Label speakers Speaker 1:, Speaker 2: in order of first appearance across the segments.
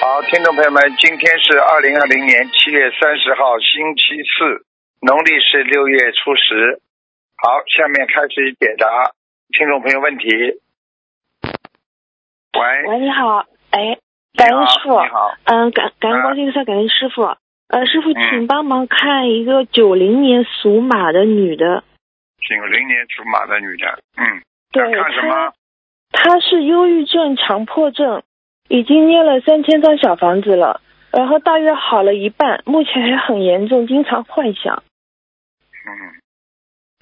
Speaker 1: 好，听众朋友们，今天是二零二零年七月三十号，星期四，农历是六月初十。好，下面开始解答听众朋友问题。喂，
Speaker 2: 喂，你好，哎，感恩师傅
Speaker 1: 你，好，
Speaker 2: 嗯，感感恩
Speaker 1: 嗯
Speaker 2: 观世音菩萨，感恩师傅，呃，师傅，
Speaker 1: 嗯
Speaker 2: 请帮忙看一个九零年属马的女的，
Speaker 1: 九零年属马的女的，嗯，
Speaker 2: 对
Speaker 1: 想看什么
Speaker 2: 她？，她是忧郁症、强迫症，已经捏了三千张小房子了，然后大约好了一半，目前还很严重，经常幻想，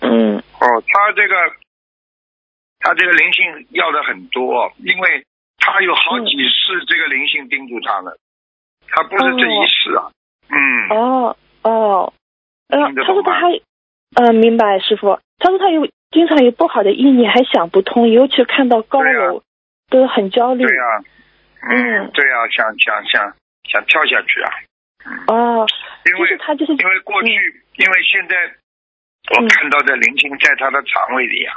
Speaker 1: 嗯，
Speaker 2: 嗯，
Speaker 1: 哦，他这个，他这个灵性要的很多，因为他有好几
Speaker 2: 嗯
Speaker 1: 次这个灵性盯住他了，他不是这一世啊，嗯，
Speaker 2: 哦哦，呃
Speaker 1: 听得，
Speaker 2: 他
Speaker 1: 懂
Speaker 2: 说
Speaker 1: 吗
Speaker 2: 他还，呃，明白师傅。他说他有经常有不好的意念，还想不通，尤其看到高
Speaker 1: 对呀
Speaker 2: 楼、都很焦虑
Speaker 1: 对。呀、嗯
Speaker 2: 嗯，
Speaker 1: 对呀、想想想想跳下去啊，
Speaker 2: 哦，
Speaker 1: 因
Speaker 2: 就
Speaker 1: 为
Speaker 2: 是他就是
Speaker 1: 因为过去，因为现在我
Speaker 2: 嗯
Speaker 1: 看到的灵性在他的肠胃里啊，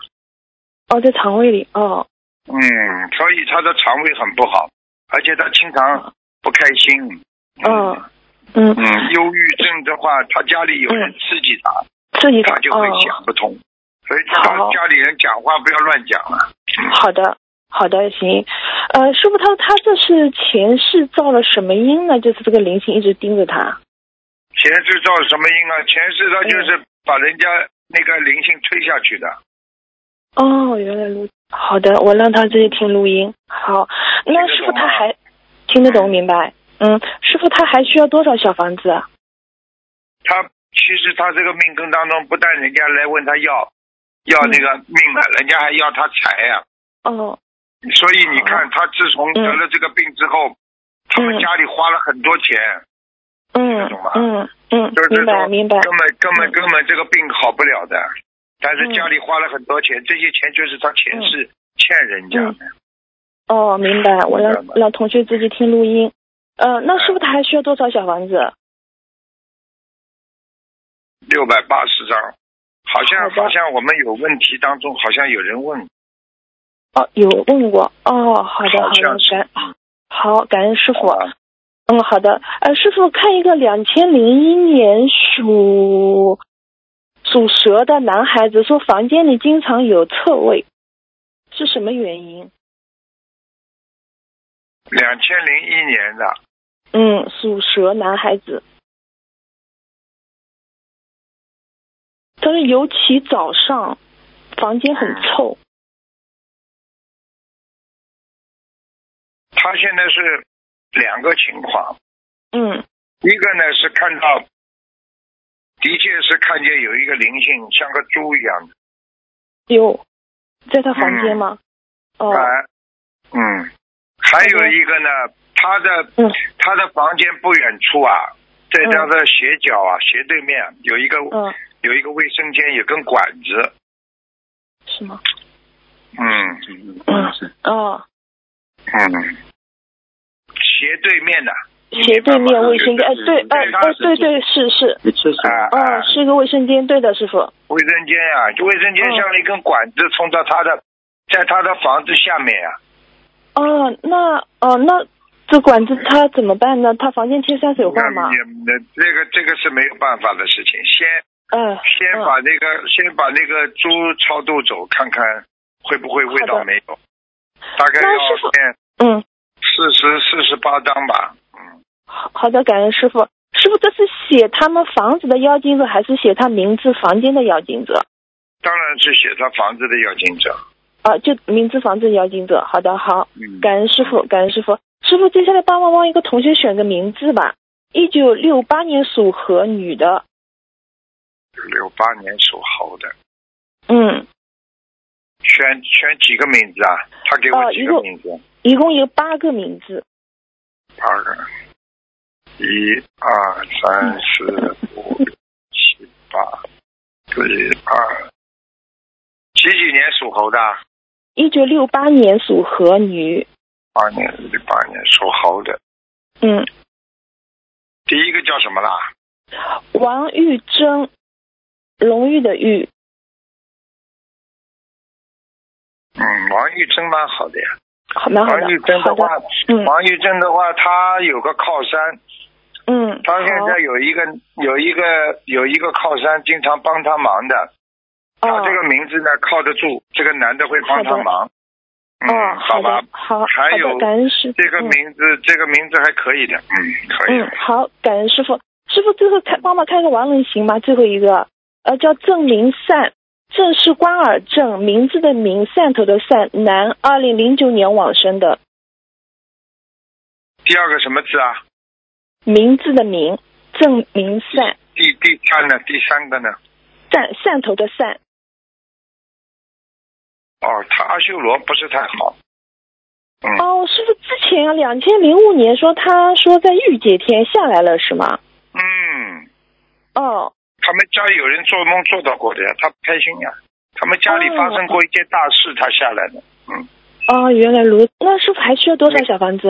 Speaker 2: 哦，在肠胃里哦
Speaker 1: 嗯，所以他的肠胃很不好，而且他经常不开心，
Speaker 2: 哦，嗯，
Speaker 1: 嗯，忧郁症的话，他家里有人刺激他，
Speaker 2: 自己的
Speaker 1: 他就会
Speaker 2: 哦，
Speaker 1: 想不通，所以他
Speaker 2: 好
Speaker 1: 家里人讲话不要乱讲啊了。
Speaker 2: 好的好的行，呃，师傅他他这是前世造了什么因呢？就是这个灵性一直盯着他。
Speaker 1: 前世造什么因啊？前世他
Speaker 2: 嗯
Speaker 1: 就是把人家那个灵性推下去的，
Speaker 2: 哦，原来如此。好的，我让他自己听录音。好，那
Speaker 1: 听得
Speaker 2: 师傅
Speaker 1: 懂
Speaker 2: 他
Speaker 1: 吗
Speaker 2: 还听得懂明白？嗯，师傅他还需要多少小房子？啊
Speaker 1: 他其实他这个命根当中，不但人家来问他要要那
Speaker 2: 嗯
Speaker 1: 个命啊，人家还要他财呀、
Speaker 2: 哦，
Speaker 1: 所以你看，他自从得
Speaker 2: 嗯
Speaker 1: 了这个病之后，他们家里花了很多钱，
Speaker 2: 嗯
Speaker 1: 得懂吗
Speaker 2: 嗯嗯
Speaker 1: 就是，
Speaker 2: 明
Speaker 1: 说
Speaker 2: 白明白。
Speaker 1: 根本根本
Speaker 2: 嗯
Speaker 1: 根本这个病好不了的。但是
Speaker 2: 嗯
Speaker 1: 家里花了很多钱，这些钱就是他前世欠人家
Speaker 2: 嗯
Speaker 1: 的。
Speaker 2: 哦，明白。我让
Speaker 1: 明白嗯
Speaker 2: 让同学自己听录音。呃，那师傅他还需要多少小房子？啊
Speaker 1: 六百八十张，好像
Speaker 2: 好的
Speaker 1: 好像我们有问题当中，好像有人问，
Speaker 2: 哦，有问过。哦，好的
Speaker 1: 好
Speaker 2: 好的
Speaker 1: 像，是嗯
Speaker 2: 感好感恩师傅
Speaker 1: 好。吧
Speaker 2: 嗯，好的。呃，师傅看一个两千零一年属属蛇的男孩子，说房间里经常有臭味，是什么原因？
Speaker 1: 两千零一年的，
Speaker 2: 嗯，属蛇男孩子，他说尤其早上房间
Speaker 1: 嗯
Speaker 2: 很臭。
Speaker 1: 他现在是两个情况，
Speaker 2: 嗯
Speaker 1: 一个呢是看到，的确是看见有一个灵性像个猪一样的，
Speaker 2: 有，在他房
Speaker 1: 嗯
Speaker 2: 间吗？哦，
Speaker 1: 啊，嗯，还有一个呢，他的
Speaker 2: 嗯
Speaker 1: 他的房间不远处啊，在他的斜角啊，斜对面有一个
Speaker 2: 嗯，
Speaker 1: 有一个卫生间，有根管子，
Speaker 2: 是吗？
Speaker 1: 嗯
Speaker 2: 嗯，哦，
Speaker 1: 嗯，斜对面啊的，
Speaker 2: 斜对面卫生间，哎，对，哎，哎，对对，是是，
Speaker 3: 也确实，
Speaker 1: 啊，
Speaker 2: 哦，是一嗯个卫生间，对的，师傅。
Speaker 1: 卫生间啊，就卫生间像一根管子冲到他的，在他的房子下面啊，
Speaker 2: 哦，那哦，那这管子他怎么办呢？他房间贴山水画吗？
Speaker 1: 那那这个这个是没有办法的事情，先
Speaker 2: 嗯，
Speaker 1: 先
Speaker 2: 嗯
Speaker 1: 把那个、先把那个猪超度走，看看会不会味道
Speaker 2: 好的
Speaker 1: 没有。大概
Speaker 2: 那
Speaker 1: 要
Speaker 2: 师傅
Speaker 1: 念
Speaker 2: 嗯，
Speaker 1: 四十四十八章吧。嗯，
Speaker 2: 好好的，感恩师傅。师傅，这是写他们房子的妖精子，还是写他名字房间的妖精子？
Speaker 1: 当然是写他房子的要经者。
Speaker 2: 啊，就名字房子妖精子。好的，好，
Speaker 1: 嗯，
Speaker 2: 感恩师傅，感恩师傅。师傅，接下来帮帮帮一个同学选个名字吧。一九六八年属猴女的，
Speaker 1: 六八年属猴的，
Speaker 2: 嗯，
Speaker 1: 选选几个名字啊？他给我
Speaker 2: 哦
Speaker 1: 几
Speaker 2: 一
Speaker 1: 个
Speaker 2: 共
Speaker 1: 名字？啊
Speaker 2: 一共有八个名字。
Speaker 1: 八个，一二三四五六七八，对，二。几几年属猴的啊？
Speaker 2: 一九六八年属猴女，
Speaker 1: 八年一八年属猴的。
Speaker 2: 嗯，
Speaker 1: 第一个叫什么啦？
Speaker 2: 王玉珍，荣誉的玉，
Speaker 1: 嗯，王玉珍蛮好的呀。
Speaker 2: 好，蛮好的
Speaker 1: 黄玉珍。
Speaker 2: 好的
Speaker 1: 话，，
Speaker 2: 嗯
Speaker 1: 黄玉珍的话，她有个靠山，
Speaker 2: 嗯，
Speaker 1: 她现在有一个有一个有一个靠山，经常帮她忙的。
Speaker 2: 好
Speaker 1: 她
Speaker 2: 哦
Speaker 1: 这个名字呢靠得住，这个男的会帮她
Speaker 2: 好的
Speaker 1: 忙。嗯
Speaker 2: 哦，，好
Speaker 1: 好吧
Speaker 2: 的，，好，
Speaker 1: 还
Speaker 2: 好的
Speaker 1: 有
Speaker 2: 感恩师傅
Speaker 1: 这个
Speaker 2: 嗯
Speaker 1: 名字这个名字还可以的，嗯，可以
Speaker 2: 嗯，。好，感恩师傅。师傅，最后看帮忙看个亡人行吗？最后一个，呃，叫郑明善，郑是关尔郑，名字的名，汕头的汕，男，二零零九年往生的，
Speaker 1: 第二个什么字啊？
Speaker 2: 名字的名，郑明善，
Speaker 1: 第第三呢？第三个呢？
Speaker 2: 汕汕头的汕，
Speaker 1: 哦，他阿修罗不是太好。嗯，
Speaker 2: 哦，师傅之前两千零五年说他说在御界天下来了是吗？
Speaker 1: 嗯，
Speaker 2: 哦，
Speaker 1: 他们家有人做梦做到过的呀，他不开心呀。他们家里发生过一件大事，他下来的。嗯，
Speaker 2: 哦，原来如此。那师傅还需要多少小房子？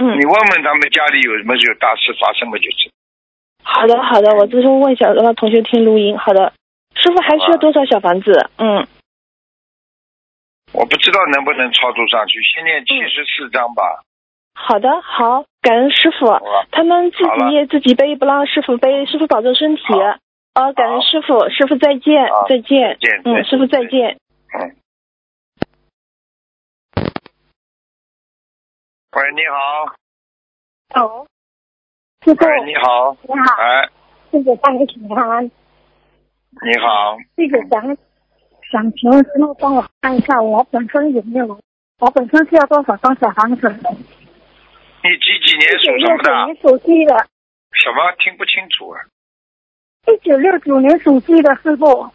Speaker 2: 嗯
Speaker 1: 你，问问他们家里有什么有大事发生过就知道。嗯
Speaker 2: 好的好的，我这时候问一下，让同学听录音。好的，师傅还需要多少小房
Speaker 1: 啊
Speaker 2: 子？嗯。
Speaker 1: 我不知道能不能操作上去，先念七十四章吧，
Speaker 2: 好的，好，感恩师傅
Speaker 1: 好。啊吧？
Speaker 2: 他们自
Speaker 1: 好了
Speaker 2: 己也自己背，不让师傅背。师傅保重身体。哦，感恩
Speaker 1: 啊好
Speaker 2: 师傅，师傅再见
Speaker 1: 好，
Speaker 2: 再见
Speaker 1: 再见。再
Speaker 2: 嗯，
Speaker 1: 见
Speaker 2: 师傅再
Speaker 1: 再
Speaker 2: 见。
Speaker 1: 嗯。喂，你好。
Speaker 4: 哦，师傅，
Speaker 1: 哎喂，你好。
Speaker 4: 哦你好，
Speaker 1: 哎，
Speaker 4: 谢谢大家请安。
Speaker 1: 你好。
Speaker 4: 这个想想请问师傅帮我看一下，我本身有没有？我本身需要多少张小房子？
Speaker 1: 你几几年
Speaker 4: 一九
Speaker 1: 属什么
Speaker 4: 六九
Speaker 1: 的
Speaker 4: 年？属鸡的，
Speaker 1: 什么听不清楚啊？
Speaker 4: 一九六九年属鸡的啊师傅，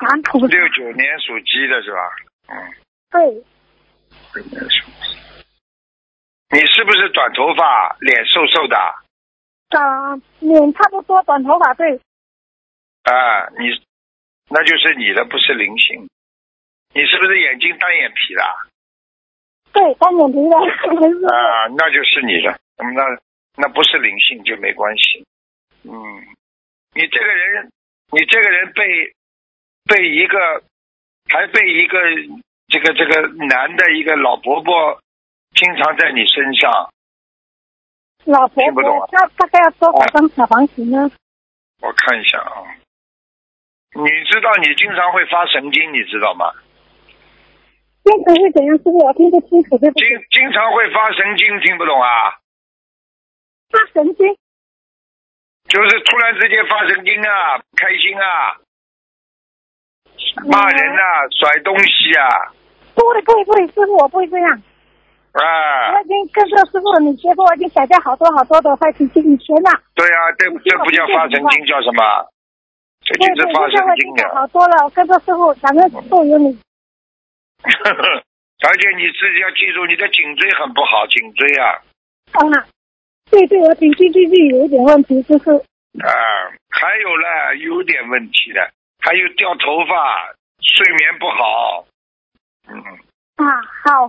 Speaker 4: 男菩萨
Speaker 1: 六九年属鸡的是吧？嗯，
Speaker 4: 对，
Speaker 1: 六九年属鸡。你是不是短头发，脸瘦瘦的？
Speaker 4: 长脸差不多，短头发对，
Speaker 1: 啊，你那就是你的，不是菱形。你是不是眼睛单眼皮的？
Speaker 4: 对，单眼皮的，师傅
Speaker 1: 啊，那就是你的，嗯那那不是灵性就没关系。嗯，你这个人，你这个人被被一个还被一个这个这个男的一个老伯伯经常在你身上，
Speaker 4: 老婆
Speaker 1: 听不懂啊
Speaker 4: 婆，那大概要多少张小房子呢？
Speaker 1: 我看一下啊。你知道你经常会发神经，你知道吗？
Speaker 4: 变成是怎样？师傅，我听不清楚，对不
Speaker 1: 经
Speaker 4: 起。
Speaker 1: 经常会发神经，听不懂啊？
Speaker 4: 发神经，
Speaker 1: 就是突然之间发神经啊，不开心啊，骂人啊，甩东西啊，
Speaker 4: 不会不会不会，师傅我不会这样。
Speaker 1: 啊
Speaker 4: 我，已经跟着师傅你学过，我已经改掉好多好多的坏脾气，以前呐，
Speaker 1: 对啊，这这不叫发神经，叫什么？这就
Speaker 4: 对
Speaker 1: 是
Speaker 4: 对，
Speaker 1: 发神
Speaker 4: 现在我已
Speaker 1: 经
Speaker 4: 经改
Speaker 1: 啊！
Speaker 4: 好多了。我跟着师傅，反正师傅有你，
Speaker 1: 而且你自己要记住，你的颈椎很不好，颈椎啊，
Speaker 4: 嗯啊，对对，我颈椎椎椎有一点问题，就是
Speaker 1: 啊，还有呢，有点问题的，还有掉头发，睡眠不好，嗯，
Speaker 4: 啊，好，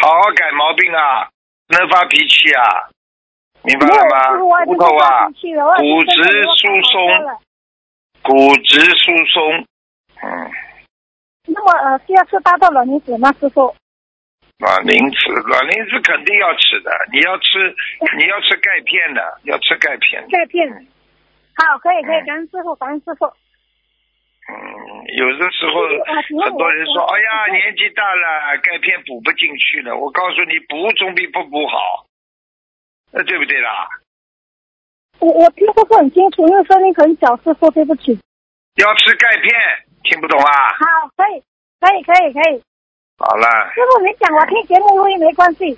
Speaker 1: 好好改毛病啊，不能发脾气啊，明白
Speaker 4: 没有
Speaker 1: 了
Speaker 4: 师
Speaker 1: 吗
Speaker 4: 傅，我？已
Speaker 1: 骨
Speaker 4: 经
Speaker 1: 头啊
Speaker 4: 发脾，气了，我已经跟着
Speaker 1: 骨质疏
Speaker 4: 师傅改好多了。
Speaker 1: 骨质疏松，嗯。
Speaker 4: 那么呃，需要吃八到卵磷脂吗，师傅？
Speaker 1: 卵磷脂，卵磷脂肯定要吃的，你要吃，你要吃钙片的，要吃钙片的。
Speaker 4: 钙片
Speaker 1: 嗯。
Speaker 4: 好，可以可以
Speaker 1: 嗯，
Speaker 4: 感恩师傅，感恩师傅。
Speaker 1: 嗯，有的时候
Speaker 4: 啊请问
Speaker 1: 很多人说，
Speaker 4: 我
Speaker 1: 哎呀，
Speaker 4: 我
Speaker 1: 年纪大了，钙片补不进去了。我告诉你，补总比不补好，那对不对啦？
Speaker 4: 我我听不是很清楚，因为声音很小，师傅对不起。
Speaker 1: 要吃钙片，听不懂啊？
Speaker 4: 好，可以可以可以可以。
Speaker 1: 好了，
Speaker 4: 师傅，你讲我听节目录音没关系。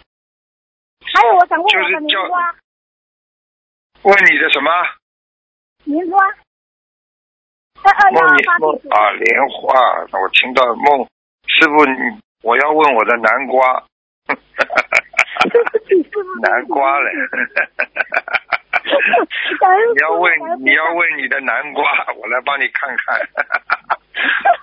Speaker 4: 还有，我想问
Speaker 1: 就
Speaker 4: 我
Speaker 1: 是
Speaker 4: 的棉
Speaker 1: 叫
Speaker 4: 花，
Speaker 1: 问你的什么？
Speaker 4: 棉花，在二幺
Speaker 1: 梦
Speaker 4: 二
Speaker 1: 里
Speaker 4: 八
Speaker 1: 梦
Speaker 4: 地址
Speaker 1: 啊，莲花，我听到梦，师傅，你我要问我的南 瓜。
Speaker 4: 对不起， 师傅，
Speaker 1: 南瓜 嘞。
Speaker 4: 感恩师父
Speaker 1: 你要问
Speaker 4: 感恩菩萨
Speaker 1: 你要问你的南瓜，我来帮你看看。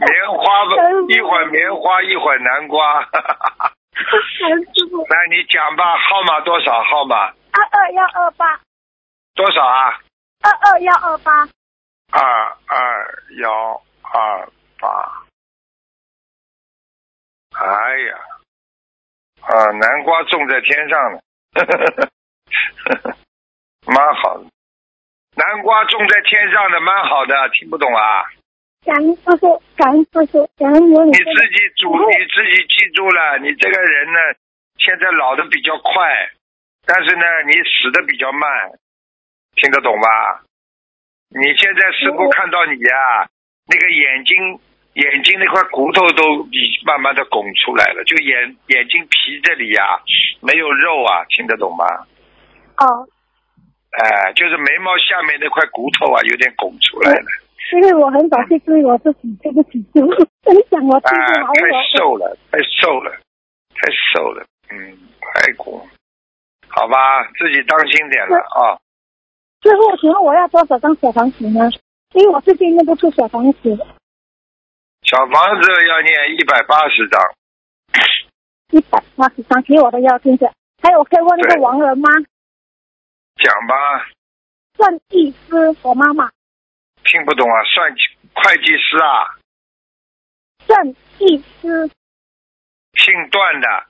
Speaker 1: 棉花 吧
Speaker 4: 感恩菩，萨
Speaker 1: 一会儿棉花，一会儿南瓜。
Speaker 4: 感恩师傅，
Speaker 1: 来，你讲吧，号码多少？号码
Speaker 4: 二二幺二八，
Speaker 1: 多少啊？
Speaker 4: 二二幺二八，
Speaker 1: 二二幺二八。哎呀，啊，南瓜种在天上了， 蛮好的。南瓜种在天上的蛮好的，听不懂啊？
Speaker 4: 感恩师傅，感恩师傅，感恩有你
Speaker 1: 你。自己主，你自己记住了，你这个人呢，现在老的比较快，但是呢，你死的比较慢，听得懂吧？你现在师傅
Speaker 4: 我
Speaker 1: 看到你呀、那个眼睛眼睛那块骨头都已慢慢的拱出来了，就眼眼睛皮这里呀、没有肉啊，听得懂吗？
Speaker 4: 哦，
Speaker 1: 哎、就是眉毛下面那块骨头啊，有点拱出来了，
Speaker 4: 因为我很早就追我自己，对不起，师傅。 你想我
Speaker 1: 啊、
Speaker 4: 最近好
Speaker 1: 太
Speaker 4: 我
Speaker 1: 瘦了，太瘦了，太瘦了，嗯，太苦，好吧，自己当心点了啊。
Speaker 4: 最后请问我要多少张小房子呢？因为我最近弄不出小房子，
Speaker 1: 小房子要念一百八十张，
Speaker 4: 一百八十张给我的要听着。还有可以问那
Speaker 1: 对
Speaker 4: 个王人吗？
Speaker 1: 讲吧，
Speaker 4: 算计师，我妈妈
Speaker 1: 听不懂啊，算计会计师啊，
Speaker 4: 算计师，
Speaker 1: 姓段的，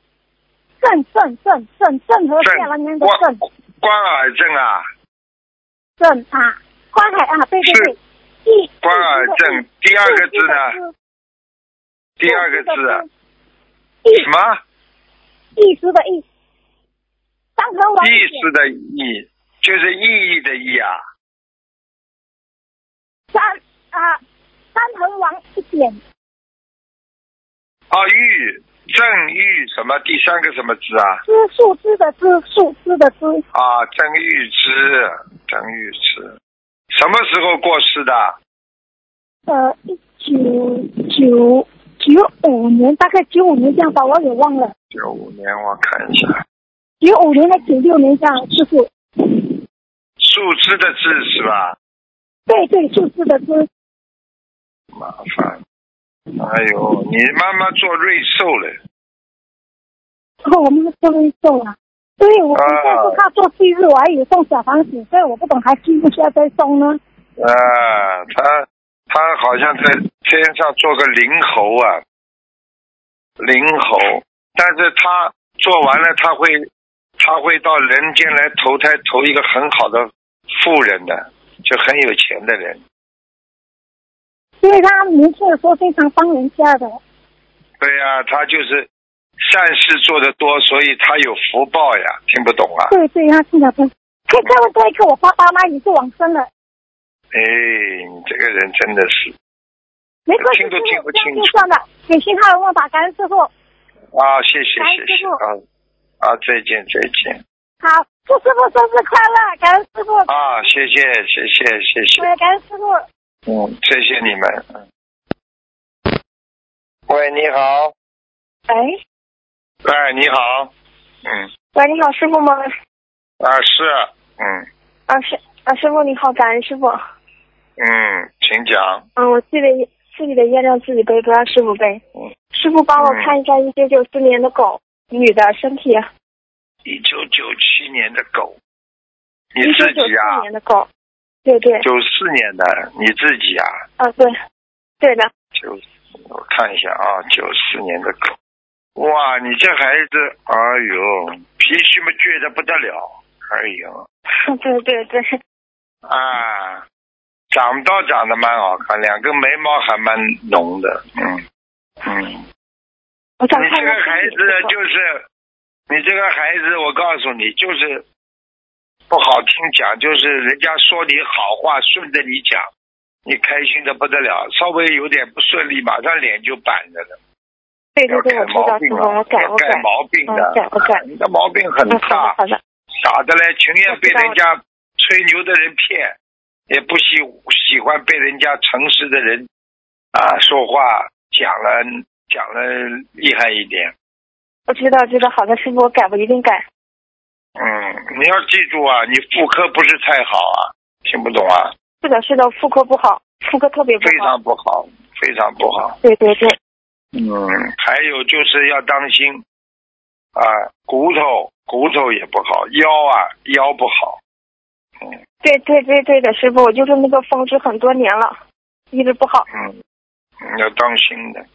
Speaker 4: 郑郑郑郑郑和下南
Speaker 1: 郑
Speaker 4: 洋的
Speaker 1: 关
Speaker 4: 郑
Speaker 1: 关尔正啊，
Speaker 4: 郑啊，关海啊，对对
Speaker 1: 是
Speaker 4: 对，一
Speaker 1: 关尔正，第二个字呢？
Speaker 4: 呢？
Speaker 1: 第二个字啊，
Speaker 4: 一
Speaker 1: 什么
Speaker 4: 一时的一，三和王
Speaker 1: 意
Speaker 4: 一
Speaker 1: 思的意，就是意义的意啊。
Speaker 4: 三啊，三横王一点
Speaker 1: 啊，玉正玉什么？第三个什么字啊？
Speaker 4: 知树枝的枝，树枝的枝，
Speaker 1: 啊，郑玉芝，郑玉芝，什么时候过世的？
Speaker 4: 呃，一九九九五年，大概九五年这样吧，我也忘了，
Speaker 1: 九五年，我看一下，
Speaker 4: 九五年还九六年这样，师傅，
Speaker 1: 树枝的枝是吧？
Speaker 4: 对对，树枝的枝，
Speaker 1: 麻烦，哎呦，你妈妈做瑞兽了，
Speaker 4: 然后我们做了一送啊。所以我现在
Speaker 1: 啊
Speaker 4: 是怕做忌日，我还有送小房子，所以我不懂还需不需要再送呢？
Speaker 1: 啊，她她好像在天上做个灵猴啊，灵猴，但是她做完了，她会她会到人间来投胎，投一个很好的富人的，就很有钱的人。
Speaker 4: 因为他年轻的时候经常帮人家的，
Speaker 1: 对呀、他就是善事做得多，所以他有福报呀。听不懂啊？
Speaker 4: 对对，他经常帮。可以再问多一个，我爸爸妈也是往生了。
Speaker 1: 哎，你这个人真的是
Speaker 4: 没关系，
Speaker 1: 听都
Speaker 4: 师
Speaker 1: 听
Speaker 4: 傅
Speaker 1: 不
Speaker 4: 这样
Speaker 1: 清
Speaker 4: 就
Speaker 1: 楚
Speaker 4: 算了，给信他的问法，感恩师傅。
Speaker 1: 啊！谢谢
Speaker 4: 哎
Speaker 1: 谢
Speaker 4: 师
Speaker 1: 谢
Speaker 4: 傅
Speaker 1: 啊啊！再见再见
Speaker 4: 好，祝师傅生日快乐，感恩师傅，
Speaker 1: 啊！谢谢谢谢谢谢，
Speaker 4: 我也感恩师傅。
Speaker 1: 嗯，谢谢你们。嗯喂，你好，
Speaker 2: 喂，
Speaker 1: 哎，你好，嗯
Speaker 2: 喂，你好，师傅吗？
Speaker 1: 啊是，嗯
Speaker 2: 啊，师啊，师傅你好，感恩师傅。
Speaker 1: 嗯，请讲，
Speaker 2: 嗯，我自己的自己的业障自己背，不让师傅背。师傅帮我
Speaker 1: 嗯
Speaker 2: 看一下一九九四年的狗，女的，身体。
Speaker 1: 一九九七年的狗，你
Speaker 2: 一九
Speaker 1: 自
Speaker 2: 九
Speaker 1: 己啊
Speaker 2: 四？年的狗。对对，
Speaker 1: 九四年的你自己啊？
Speaker 2: 啊对，对的，
Speaker 1: 九，我看一下啊，九四年的狗。哇，你这孩子，哎呦，脾气嘛倔得不得了，哎呦，
Speaker 2: 对对对，
Speaker 1: 啊，长倒长得蛮好看，两个眉毛还蛮浓的，嗯嗯。
Speaker 2: 我想
Speaker 1: 你
Speaker 2: 看
Speaker 1: 这
Speaker 2: 一
Speaker 1: 个
Speaker 2: 下
Speaker 1: 孩
Speaker 2: 身体
Speaker 1: 子就是，你这个孩子，我告诉你，就是不好听讲，就是人家说你好话，顺着你讲，你开心的不得了，稍微有点不顺利，马上脸就板着了，
Speaker 2: 对对
Speaker 1: 要
Speaker 2: 对，
Speaker 1: 改
Speaker 2: 我知
Speaker 1: 毛
Speaker 2: 道师
Speaker 1: 病
Speaker 2: 傅，
Speaker 1: 了，
Speaker 2: 我改
Speaker 1: 要
Speaker 2: 我改
Speaker 1: 改。毛病的
Speaker 2: 嗯，改我改
Speaker 1: 你的毛病很
Speaker 2: 嗯，好的
Speaker 1: 大，
Speaker 2: 好的，
Speaker 1: 傻的嘞，情愿被
Speaker 2: 我知道
Speaker 1: 人家吹牛的人骗，也不喜喜欢被人家诚实的人啊说话讲了讲了厉害一点。
Speaker 2: 我知道知道，好的师傅，我改，我一定改。
Speaker 1: 嗯，你要记住啊，你妇科不是太好啊，听不懂啊，
Speaker 2: 是的，是的，妇科不好，妇科特别不
Speaker 1: 非
Speaker 2: 好。
Speaker 1: 常不好，非常不好。
Speaker 2: 对对对，
Speaker 1: 嗯，还有就是要当心啊，骨头骨头也不好，腰啊腰不好。嗯
Speaker 2: 对对对对的，师傅，我就是那个风湿很多年了，一直不好。
Speaker 1: 嗯，要当心的。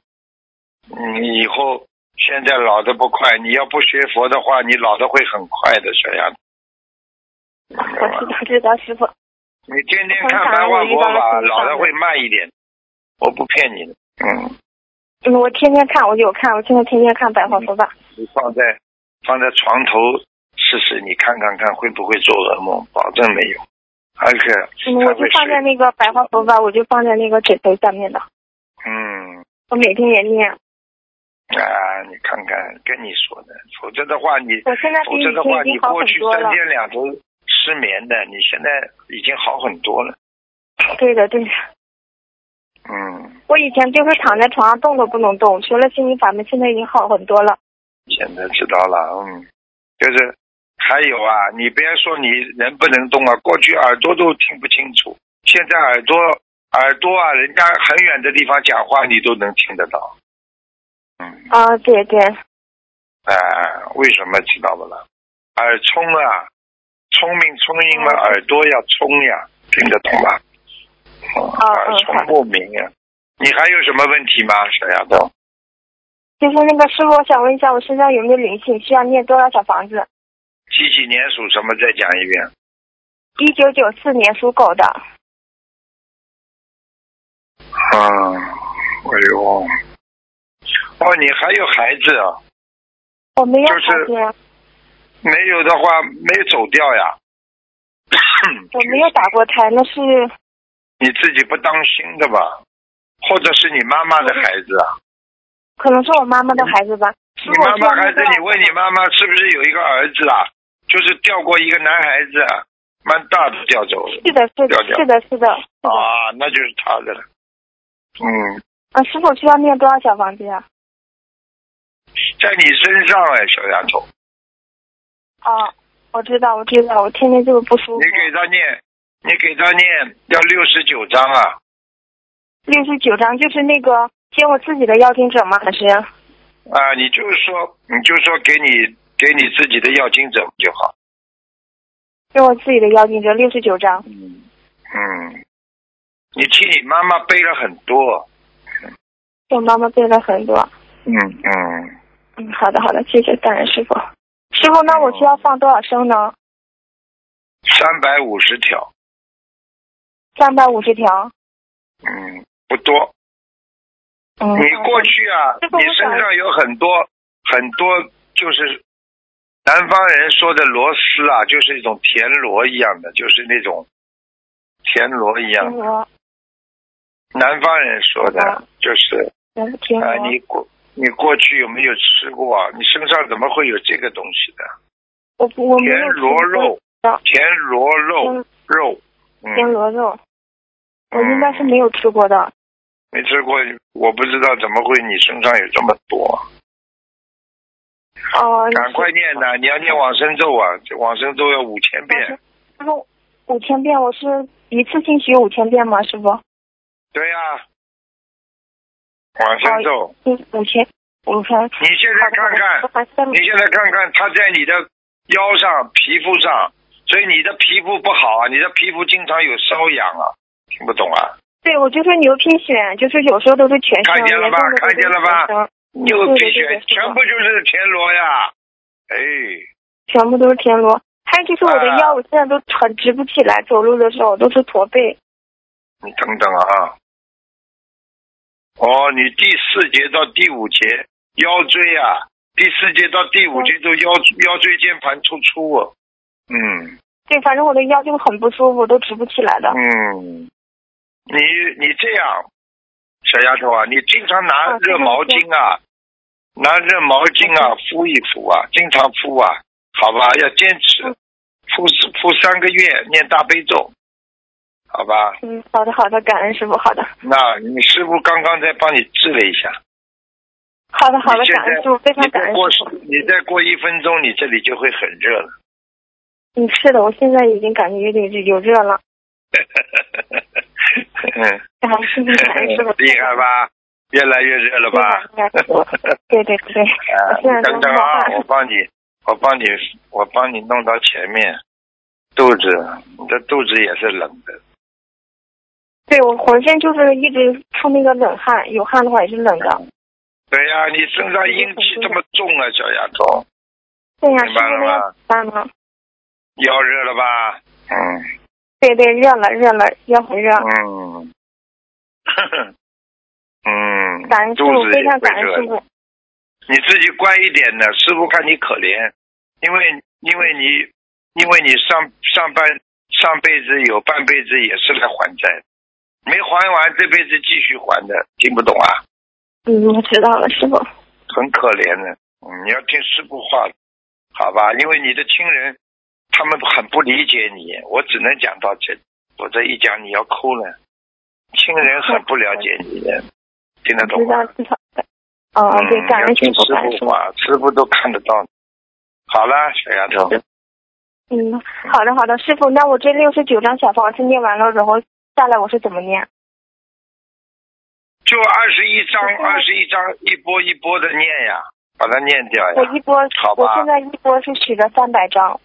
Speaker 1: 你以后现在老的不快，你要不学佛的话，你老的会很快的，小丫头。嗯
Speaker 2: 我知道知道，师傅。
Speaker 1: 你天天看白话佛法，老的会慢一点，我不骗你的。嗯，
Speaker 2: 嗯，我天天看，我有看，我现在天天看《白话佛法》
Speaker 1: 你放在放在床头试试，你看看看会不会做噩梦，保证没有。而且
Speaker 2: 嗯，
Speaker 1: 他
Speaker 2: 我就
Speaker 1: 会
Speaker 2: 放在
Speaker 1: 睡。
Speaker 2: 那个《白话佛法》，我就放在那个枕头下面的，
Speaker 1: 嗯，
Speaker 2: 我每天也念。
Speaker 1: 啊，你看看，跟你说的，否则的话你，
Speaker 2: 我现在比
Speaker 1: 否哦
Speaker 2: 以
Speaker 1: 则的
Speaker 2: 前
Speaker 1: 话
Speaker 2: 已
Speaker 1: 你
Speaker 2: 经好
Speaker 1: 过
Speaker 2: 很
Speaker 1: 去
Speaker 2: 多
Speaker 1: 三
Speaker 2: 了。
Speaker 1: 天两头失眠的，你现在已经好很多了。
Speaker 2: 对的，对的。
Speaker 1: 嗯，
Speaker 2: 我以前就是躺在床上动都不能动，学了心理法门，现在已经好很多了。
Speaker 1: 现在知道了，嗯，就是还有啊，你别说你人不能动啊，过去耳朵都听不清楚，现在耳朵耳朵啊，人家很远的地方讲话你都能听得到，嗯
Speaker 2: 啊，对对，
Speaker 1: 啊、为什么知道不啦？耳聪啊，聪明聪明嘛，
Speaker 2: 哦
Speaker 1: 耳朵要聪呀，听得懂吧？哦耳聪
Speaker 2: 好的
Speaker 1: 目明呀、你还有什么问题吗，小丫头？
Speaker 2: 就是那个师傅，我想问一下，我身上有没有灵性？需要念多少小房子？
Speaker 1: 几几年属什么？再讲一遍。
Speaker 2: 一九九四年属狗的，
Speaker 1: 啊，哎呦，哦，你还有孩子啊？
Speaker 2: 我没有
Speaker 1: 就
Speaker 2: 孩
Speaker 1: 是
Speaker 2: 子呀，
Speaker 1: 没有的话，没走掉呀。
Speaker 2: 我没有打过胎，那是
Speaker 1: 你自己不当心的吧？或者是你妈妈的孩子啊？
Speaker 2: 可能是我妈妈的孩子吧。师
Speaker 1: 你
Speaker 2: 傅，
Speaker 1: 妈
Speaker 2: 我需要
Speaker 1: 妈孩子
Speaker 2: 念多，少
Speaker 1: 你问你妈妈是不是有一个儿子啊？就是掉过一个男孩子啊，蛮大的掉走了
Speaker 2: 是的，是的
Speaker 1: 了，解
Speaker 2: 是的，是的。是的
Speaker 1: 啊，那就是他的了。嗯，
Speaker 2: 啊，师傅需要念多少小房子呀？
Speaker 1: 在你身上哎，小丫头，
Speaker 2: 啊，我知道，我知道，我天天就是不舒服
Speaker 1: 你。给他念，你给他念要六十九章啊。
Speaker 2: 六十九张就是那个接我自己的要听者吗？还是？
Speaker 1: 啊，你就是说，你就说给你给你自己的要经者就好。
Speaker 2: 接我自己的要听者六十九张。
Speaker 1: 嗯。嗯，你替你妈妈背了很多。
Speaker 2: 我妈妈背了很多。
Speaker 1: 嗯嗯，
Speaker 2: 嗯，好的，好的，谢谢感恩师傅。师傅，那我需要放多少声呢？
Speaker 1: 三百五十条，
Speaker 2: 三百五十条。
Speaker 1: 嗯，不多。
Speaker 2: 嗯，
Speaker 1: 你过去啊，
Speaker 2: 这个
Speaker 1: 你
Speaker 2: 我
Speaker 1: 身
Speaker 2: 想
Speaker 1: 上有很多很多，就是南方人说的螺丝啊，就是一种田螺一样的，就是那种田螺一样
Speaker 2: 听
Speaker 1: 的，
Speaker 2: 我，
Speaker 1: 南方人说的
Speaker 2: 啊，
Speaker 1: 就是
Speaker 2: 嗯听
Speaker 1: 啊，
Speaker 2: 我
Speaker 1: 你，过你过去有没有吃过啊？你身上怎么会有这个东西的？
Speaker 2: 我不我没
Speaker 1: 田
Speaker 2: 有
Speaker 1: 螺
Speaker 2: 听
Speaker 1: 肉
Speaker 2: 过，
Speaker 1: 田螺肉
Speaker 2: 田
Speaker 1: 肉，嗯，
Speaker 2: 田螺肉，我应该是
Speaker 1: 嗯
Speaker 2: 没有吃过的。
Speaker 1: 没吃过，我不知道怎么会你身上有这么多。啊
Speaker 2: 哦，
Speaker 1: 嗯赶快念呐！你要念往生咒啊，这往生咒要五千遍。
Speaker 2: 他说五千遍，我是一次性学五千遍吗？师傅，
Speaker 1: 对呀、往生咒，
Speaker 2: 嗯，五千，五千。
Speaker 1: 你现在看看，
Speaker 2: 看
Speaker 1: 你现在看看，它在你的腰上、皮肤上，所以你的皮肤不好啊，你的皮肤经常有瘙痒啊，听不懂啊？
Speaker 2: 对，我就是牛皮癣，就是有时候都是全身，
Speaker 1: 看见了吧
Speaker 2: 严重的都是
Speaker 1: 看见了吧
Speaker 2: 全身
Speaker 1: 牛皮癣
Speaker 2: 嗯对对对对是的
Speaker 1: 全部就是田螺呀，哎，
Speaker 2: 全部都是田螺。还有就是我的
Speaker 1: 啊
Speaker 2: 腰，我现在都很直不起来，走路的时候都是驼背。
Speaker 1: 你等等啊，哦，你第四节到第五节腰椎啊，第四节到第
Speaker 2: 嗯
Speaker 1: 五节都腰腰椎间盘突出哦，嗯
Speaker 2: 对，反正我的腰就很不舒服，都直不起来的。
Speaker 1: 嗯，你你这样，小丫头啊，你经常拿
Speaker 2: 啊
Speaker 1: 热毛巾啊，拿热毛巾
Speaker 2: 嗯
Speaker 1: 啊敷一敷啊，经常敷啊，好吧，要坚持
Speaker 2: 嗯
Speaker 1: 敷敷三个月，念大悲咒，好吧？
Speaker 2: 嗯，好的好的，感恩师傅，好的
Speaker 1: 那你师傅刚刚在帮你治了一下，
Speaker 2: 好的好的，
Speaker 1: 你现
Speaker 2: 感恩
Speaker 1: 在
Speaker 2: 师傅，非常
Speaker 1: 你
Speaker 2: 感
Speaker 1: 再
Speaker 2: 恩
Speaker 1: 过
Speaker 2: 师傅。
Speaker 1: 你再过一分钟，你这里就会很热 了。
Speaker 2: 嗯，是的，我现在已经感觉有点有热了。
Speaker 1: 嗯，
Speaker 2: 感恩 师傅，感恩师傅，
Speaker 1: 厉害吧？越来越热了吧？
Speaker 2: 厉害厉害对对对，
Speaker 1: 啊，
Speaker 2: 现在
Speaker 1: 等等
Speaker 2: 都
Speaker 1: 啊
Speaker 2: 冒，汗
Speaker 1: 我帮你，我帮你，我帮你弄到前面，肚子，你的肚子也是冷的。
Speaker 2: 对我浑身就是一直出那个冷汗，有汗的话也是冷的。
Speaker 1: 对呀、你身上阴气这么重啊，小丫头，
Speaker 5: 对呀、
Speaker 4: 哎
Speaker 1: 明
Speaker 5: 师
Speaker 1: 白了
Speaker 5: 傅
Speaker 1: 吗
Speaker 5: 要办吗？
Speaker 1: 腰热了吧？嗯
Speaker 5: 对对，热了热了，腰很热。
Speaker 1: 嗯， 呵呵，嗯，
Speaker 5: 感恩师
Speaker 1: 肚
Speaker 5: 傅，
Speaker 1: 子
Speaker 5: 非
Speaker 1: 也
Speaker 5: 常
Speaker 1: 会
Speaker 5: 感恩
Speaker 1: 热
Speaker 5: 师
Speaker 1: 的
Speaker 5: 傅。
Speaker 1: 你自己乖一点的，师傅看你可怜，因为因为你因为你上上半上辈子有半辈子也是来还债的，没还完这辈子继续还的，听不懂啊？
Speaker 5: 嗯，我知道了，师傅。
Speaker 1: 很可怜的，嗯你要听师傅话，好吧？因为你的亲人他们很不理解你，我只能讲到这里，我这一讲你要哭了，亲人很不了解你的，听得
Speaker 5: 我
Speaker 1: 懂
Speaker 5: 知
Speaker 1: 吗？
Speaker 5: 道，知道。哦，对，
Speaker 1: 嗯，
Speaker 5: 感
Speaker 1: 要
Speaker 5: 恩师
Speaker 1: 听
Speaker 5: 傅，感恩
Speaker 1: 师
Speaker 5: 师
Speaker 1: 傅
Speaker 5: 傅。
Speaker 1: 话，师傅都看得到。好了，小丫头，
Speaker 5: 嗯，好的好的，师傅，那我这六十九张小房子念完了，然后下来我是怎么念？
Speaker 1: 就二十一章，
Speaker 5: 我现在
Speaker 1: 二十一章，一波一波的念呀，把它念掉哎呀
Speaker 5: 我。一波，
Speaker 1: 好吧
Speaker 5: 我现在一波是许了三百张。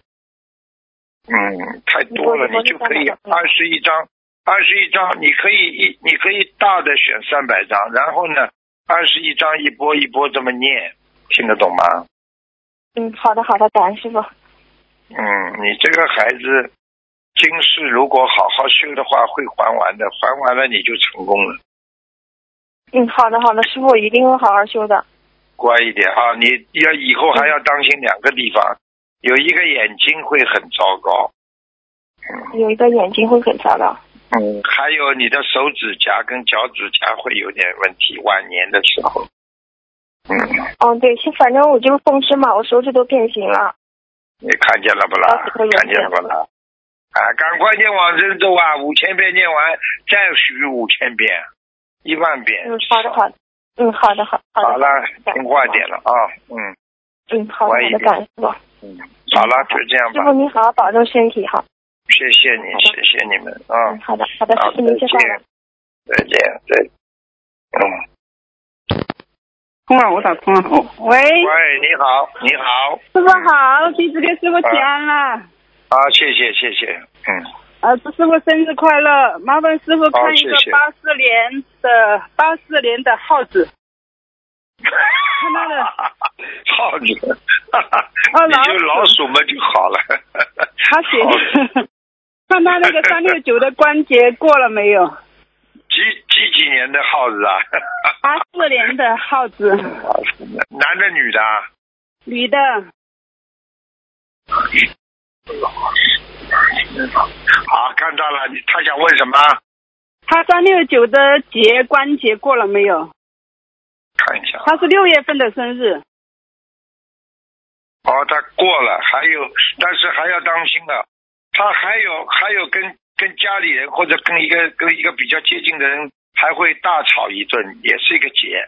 Speaker 1: 嗯，太多了，
Speaker 5: 一波
Speaker 1: 你
Speaker 5: 一波
Speaker 1: 就可以
Speaker 5: 就三百张
Speaker 1: 二十一章，二十一章，你可以一，你可以大的选三百张，然后呢，二十一章一波一波这么念，听得懂吗？
Speaker 5: 嗯，好的好的，感恩师傅。
Speaker 1: 嗯，你这个孩子，今世如果好好修的话，会还完的，还完了你就成功了。
Speaker 5: 嗯，好的好的，师傅，我一定会好好修的。
Speaker 1: 乖一点啊！你要以后还要当心两个地方，有一个眼睛会很糟糕，
Speaker 5: 有一个眼睛会很糟糕。
Speaker 1: 嗯，还有你的手指甲跟脚趾甲会有点问题，晚年的时候，嗯，
Speaker 5: 哦，对，是反正我就是风湿嘛，我手指都变形了。
Speaker 1: 你看见了不啦
Speaker 5: 啊这个？有
Speaker 1: 看见了不啦？啊，赶快念往生咒啊！五千遍念完，再许五千遍，一万遍。
Speaker 5: 嗯，好的好的。嗯，好的好好的。
Speaker 1: 好了
Speaker 5: 感，恩
Speaker 1: 听话
Speaker 5: 师傅
Speaker 1: 点了啊，嗯
Speaker 5: 嗯，好的
Speaker 1: 乖
Speaker 5: 好
Speaker 1: 一
Speaker 5: 的，
Speaker 1: 点
Speaker 5: 感恩师傅。
Speaker 1: 嗯，好了，就这样
Speaker 5: 师
Speaker 1: 吧
Speaker 5: 傅，，您好好保重身体哈。
Speaker 1: 谢谢你，谢谢你们啊。
Speaker 5: 嗯，好的好的，
Speaker 1: 好
Speaker 5: 师傅您
Speaker 1: 再
Speaker 5: 介绍了。
Speaker 1: 见再见，再见，嗯。
Speaker 6: 通了，我打通了。哦喂，
Speaker 1: 喂，你好，你好，
Speaker 6: 师傅好，弟子给师傅请安啦。
Speaker 1: 啊，谢谢，谢谢，嗯，
Speaker 6: 呃，祝师傅生日快乐！麻烦师傅看一个
Speaker 1: 好谢谢
Speaker 6: 八四年的八四年的耗子，看到 了，
Speaker 1: 耗子，哈哈
Speaker 6: 啊
Speaker 1: 你就
Speaker 6: 老
Speaker 1: 老
Speaker 6: 鼠
Speaker 1: 鼠嘛就好了，
Speaker 6: 他写的， 看他那个三六九的关节过了没有？
Speaker 1: 几几几年的耗子啊？
Speaker 6: 八四年的耗子，
Speaker 1: 男的女的啊？
Speaker 6: 女的，
Speaker 1: 啊，看到了，你他想问什么？
Speaker 6: 她三六九的节关节过了没有？
Speaker 1: 看一下，
Speaker 6: 她是六月份的生日，
Speaker 1: 哦，他过了，还有，但是还要当心啊，他还有还有跟跟家里人或者跟一个跟一个比较接近的人还会大吵一顿，也是一个劫。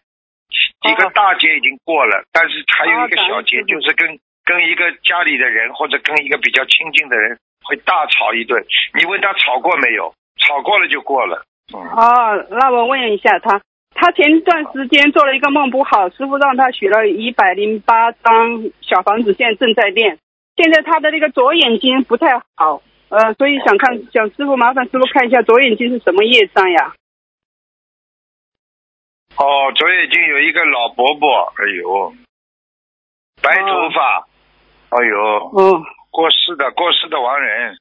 Speaker 1: 一个
Speaker 6: 哦
Speaker 1: 大劫已经过了，但是还有一个
Speaker 6: 哦
Speaker 1: 小
Speaker 6: 感
Speaker 1: 劫，
Speaker 6: 恩师
Speaker 1: 就
Speaker 6: 父
Speaker 1: 是跟跟一个家里的人或者跟一个比较亲近的人会大吵一顿。你问他吵过没有？吵过了就过了。嗯，
Speaker 6: 哦，那我问一下他，他前段时间做了一个梦不好，师傅让他许了一百零八张小房子，现在正在练。现在他的那个左眼睛不太好，呃，所以想看，想师傅麻烦师傅看一下左眼睛是什么业障呀？
Speaker 1: 哦，昨夜已经有一个老伯伯，哎呦，白头发，哎呦，
Speaker 6: 哦，
Speaker 1: 过世的过世的亡人，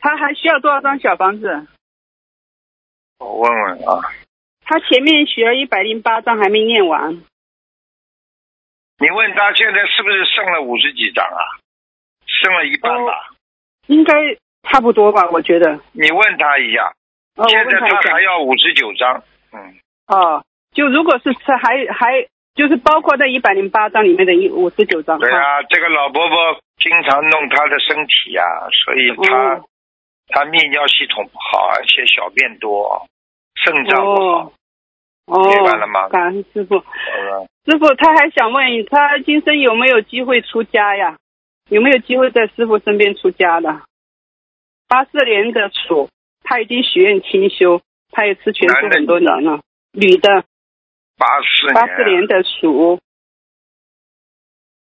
Speaker 6: 他还需要多少张小房子？
Speaker 1: 我问问啊，
Speaker 6: 他前面许了一百零八张还没念完，
Speaker 1: 你问他现在是不是剩了五十几张啊？剩了一半
Speaker 6: 哦
Speaker 1: 吧。
Speaker 6: 应该差不多吧？我觉得。
Speaker 1: 你问他一下，
Speaker 6: 哦，我
Speaker 1: 现
Speaker 6: 问
Speaker 1: 在
Speaker 6: 他一
Speaker 1: 他
Speaker 6: 下
Speaker 1: 还。要五十九张。嗯。
Speaker 6: 哦，就如果是是还还就是包括在一百零八张里面的一五十九张。
Speaker 1: 对啊，这个老伯伯经常弄他的身体呀、所以他、
Speaker 6: 嗯
Speaker 1: 他泌尿系统不好，而且小便多，肾脏不好。
Speaker 6: 哦，哦，
Speaker 1: 明白了吗
Speaker 6: 感恩师傅，
Speaker 1: 好吧
Speaker 6: 师傅他还想问他今生有没有机会出家呀？有没有机会在师傅身边出家的？八四年的鼠，他已经许愿清修，他也吃全素很多年了。女的，
Speaker 1: 八四
Speaker 6: 八四年的鼠，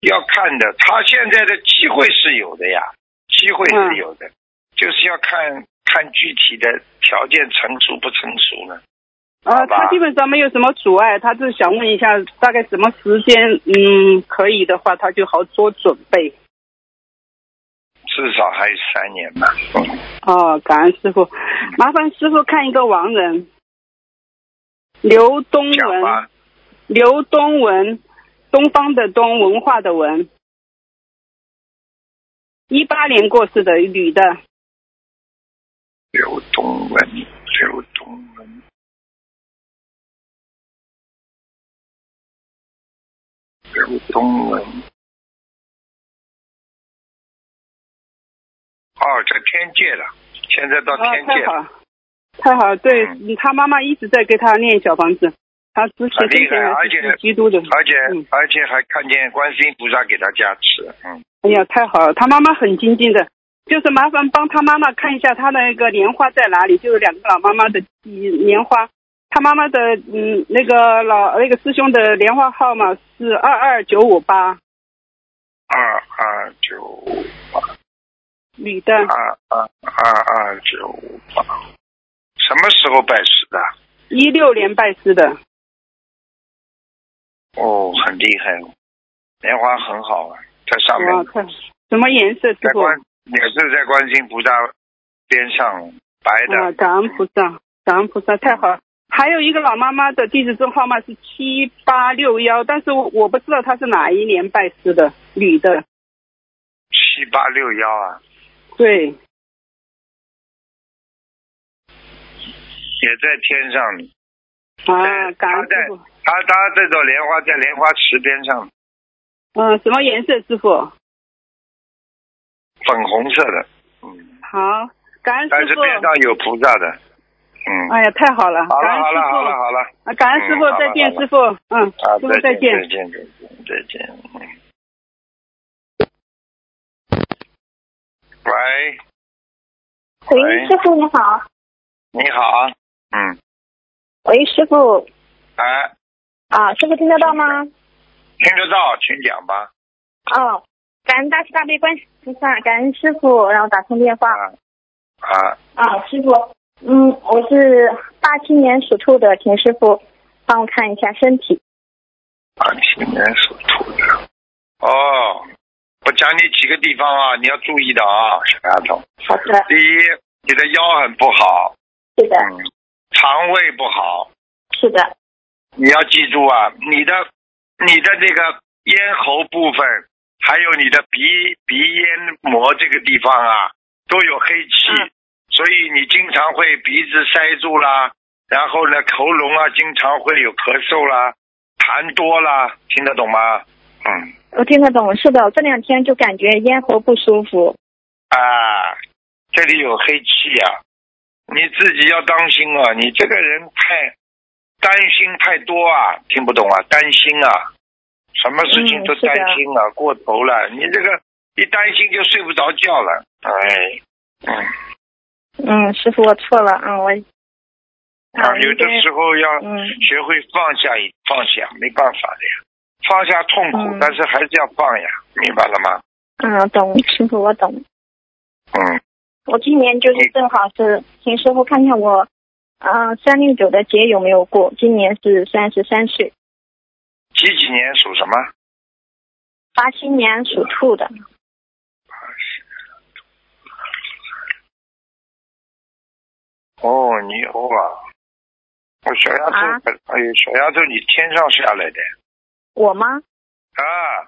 Speaker 1: 要看的，他现在的机会是有的呀，机会是有
Speaker 6: 嗯
Speaker 1: 的，就是要看看具体的条件成熟不成熟了。
Speaker 6: 呃
Speaker 1: 好，吧
Speaker 6: 他基本上没有什么阻碍，他就想问一下，大概什么时间，嗯，可以的话，他就好做准备。
Speaker 1: 至少还有三年吧。嗯，
Speaker 6: 哦，感恩师傅，麻烦师傅看一个亡人，刘东
Speaker 1: 讲
Speaker 6: 文，
Speaker 1: 吧，
Speaker 6: 刘东文，东方的东，文化的文，一八年过世的女的，
Speaker 1: 刘东文，刘东文，刘东文。哦，在天界了，现在到
Speaker 6: 啊，
Speaker 1: 天界
Speaker 6: 太
Speaker 1: 了
Speaker 6: 好，，了，太好了，对、
Speaker 1: 嗯
Speaker 6: 他妈妈一直在给他念小房子，他之
Speaker 1: 很
Speaker 6: 前
Speaker 1: 厉
Speaker 6: 之
Speaker 1: 害啊
Speaker 6: 前
Speaker 1: 而且
Speaker 6: 是基督的，
Speaker 1: 而且、
Speaker 6: 嗯
Speaker 1: 而且还看见观世音菩萨给他加持，嗯，
Speaker 6: 哎呀，太好了，他妈妈很精进的，就是麻烦帮他妈妈看一下他的那个莲花在哪里，就是两个老妈妈的嗯莲花，他妈妈的嗯那个老那个师兄的莲花号码是二二九五八，
Speaker 1: 二二九五八，
Speaker 6: 女的，
Speaker 1: 二二二二九五八，什么时候拜师的？
Speaker 6: 一六年拜师的，
Speaker 1: 哦，很厉害，哦，莲花很好啊，在上面，
Speaker 6: 哇，太好什么颜色师
Speaker 1: 在
Speaker 6: 傅？
Speaker 1: 观也是在观世音菩萨边上，白的，
Speaker 6: 啊，感恩菩萨，感恩菩萨，太好了。还有一个老妈妈的地址证号码是七八六幺，但是我我不知道她是哪一年拜师的，女的，
Speaker 1: 七八六幺啊，
Speaker 6: 对，
Speaker 1: 也在天上呢。
Speaker 6: 啊，感
Speaker 1: 他
Speaker 6: 恩
Speaker 1: 在
Speaker 6: 师傅，
Speaker 1: 他他这朵莲花在莲花池边上，
Speaker 6: 嗯，什么颜色，师傅？
Speaker 1: 粉红色的，嗯，
Speaker 6: 好，感恩
Speaker 1: 但是
Speaker 6: 师傅，
Speaker 1: 边上有菩萨的，嗯。
Speaker 6: 哎呀，太好了，
Speaker 1: 好了
Speaker 6: 感恩
Speaker 1: 好
Speaker 6: 师
Speaker 1: 了好了
Speaker 6: 傅，
Speaker 1: 好了，
Speaker 6: 啊，感恩师傅
Speaker 1: 嗯好，了
Speaker 6: 再见，
Speaker 1: 好了
Speaker 6: 师傅，嗯，
Speaker 1: 啊，
Speaker 6: 师傅
Speaker 1: 再
Speaker 6: 再见。
Speaker 1: 再见再见再见。嗯喂，喂
Speaker 5: 喂，师傅你好。
Speaker 1: 你好，嗯，
Speaker 5: 喂，师傅
Speaker 1: 哎，
Speaker 5: 啊，师傅听得到吗？
Speaker 1: 听得到，请讲吧。
Speaker 5: 哦，感恩大慈大悲观世音菩萨，感恩师傅让我打通电话
Speaker 1: 啊啊，
Speaker 5: 啊，师傅，嗯，我是八七年属兔的田师傅，帮我看一下身体。
Speaker 1: 二七年属兔的。哦，我讲你几个地方啊，你要注意的啊，小丫头。
Speaker 5: 好的，
Speaker 1: 第一，你的腰很不好，
Speaker 5: 是的，
Speaker 1: 嗯，肠胃不好，
Speaker 5: 是的，
Speaker 1: 你要记住啊，你的你的这个咽喉部分，还有你的鼻鼻咽膜这个地方啊，都有黑气，
Speaker 5: 嗯
Speaker 1: 所以你经常会鼻子塞住啦，然后呢喉咙啊经常会有咳嗽啦，痰多啦，听得懂吗？嗯
Speaker 5: 我听得懂。是的，我这两天就感觉咽喉不舒服。
Speaker 1: 啊，这里有黑气啊，你自己要当心啊，你这个人太担心太多啊，听不懂啊，担心啊，什么事情
Speaker 5: 嗯
Speaker 1: 都
Speaker 5: 是的
Speaker 1: 担心啊，过头了，你这个一担心就睡不着觉了，哎，嗯，
Speaker 5: 嗯，师傅，我错了，嗯，我
Speaker 1: 啊，有
Speaker 5: 应
Speaker 1: 的
Speaker 5: 该
Speaker 1: 时候要
Speaker 5: 嗯
Speaker 1: 学会放下一，放下，没办法的呀，放下痛苦，
Speaker 5: 嗯
Speaker 1: 但是还是要放呀，明白了吗？
Speaker 5: 嗯，懂，师傅，我懂。
Speaker 1: 嗯，
Speaker 5: 我今年就
Speaker 1: 你
Speaker 5: 是正好是请师傅看看我，啊、3三六九的节有没有过？今年是三十三岁，
Speaker 1: 几几年属什么？
Speaker 5: 八七年属兔的。
Speaker 1: 哦，你哦啊！我小丫头，
Speaker 5: 啊
Speaker 1: 哎呦，小丫头，你天上下来的
Speaker 5: 我吗？
Speaker 1: 啊！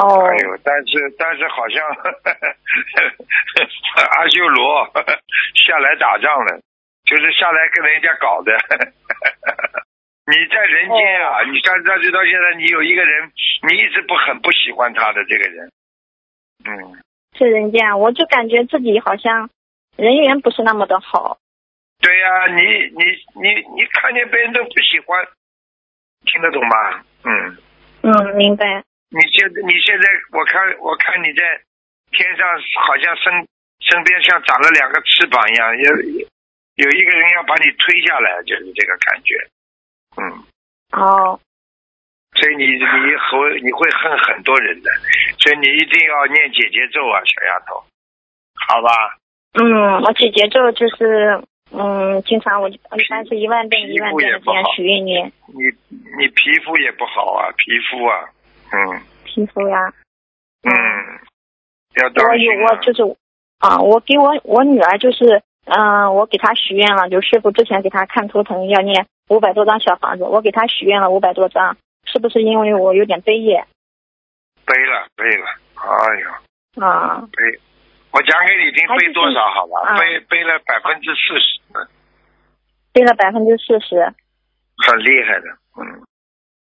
Speaker 5: 哦，
Speaker 1: 哎呦，但是但是好像 阿修罗 下来打仗了，就是下来跟人家搞的。你在人间
Speaker 5: 哦
Speaker 1: 啊，你像但是到现在，你有一个人，你一直不很不喜欢他的这个人，嗯。
Speaker 5: 是人家，我就感觉自己好像人缘不是那么的好。
Speaker 1: 对呀、你你你你看见别人都不喜欢，听得懂吗？嗯。
Speaker 5: 嗯，明白。
Speaker 1: 你现在你现在我看我看你在天上好像身身边像长了两个翅膀一样，有有一个人要把你推下来，就是这个感觉。嗯，
Speaker 5: 哦，
Speaker 1: 所以你你会你会恨很多人的，所以你一定要念姐姐咒啊，小丫头，好吧？
Speaker 5: 嗯，我姐姐就就是
Speaker 2: 嗯，经常我一般是一万遍一万遍的这样许愿念，
Speaker 1: 你你皮肤也不好啊，皮肤啊，嗯
Speaker 2: 皮肤呀、
Speaker 1: 嗯，要当
Speaker 2: 我
Speaker 1: 心、
Speaker 2: 有
Speaker 1: 啊。
Speaker 2: 我就是啊，我给我我女儿就是，嗯、我给她许愿了，就师傅之前给她看图腾要念五百多张小房子，我给她许愿了五百多张，是不是因为我有点悲业
Speaker 1: 背了背了，哎呀
Speaker 2: 啊？
Speaker 1: 背，我讲给你听，
Speaker 2: 还是
Speaker 1: 背多少好吧？
Speaker 2: 嗯
Speaker 1: 背背了百分之四十，
Speaker 2: 背了百分之四十
Speaker 1: 很厉害的，嗯，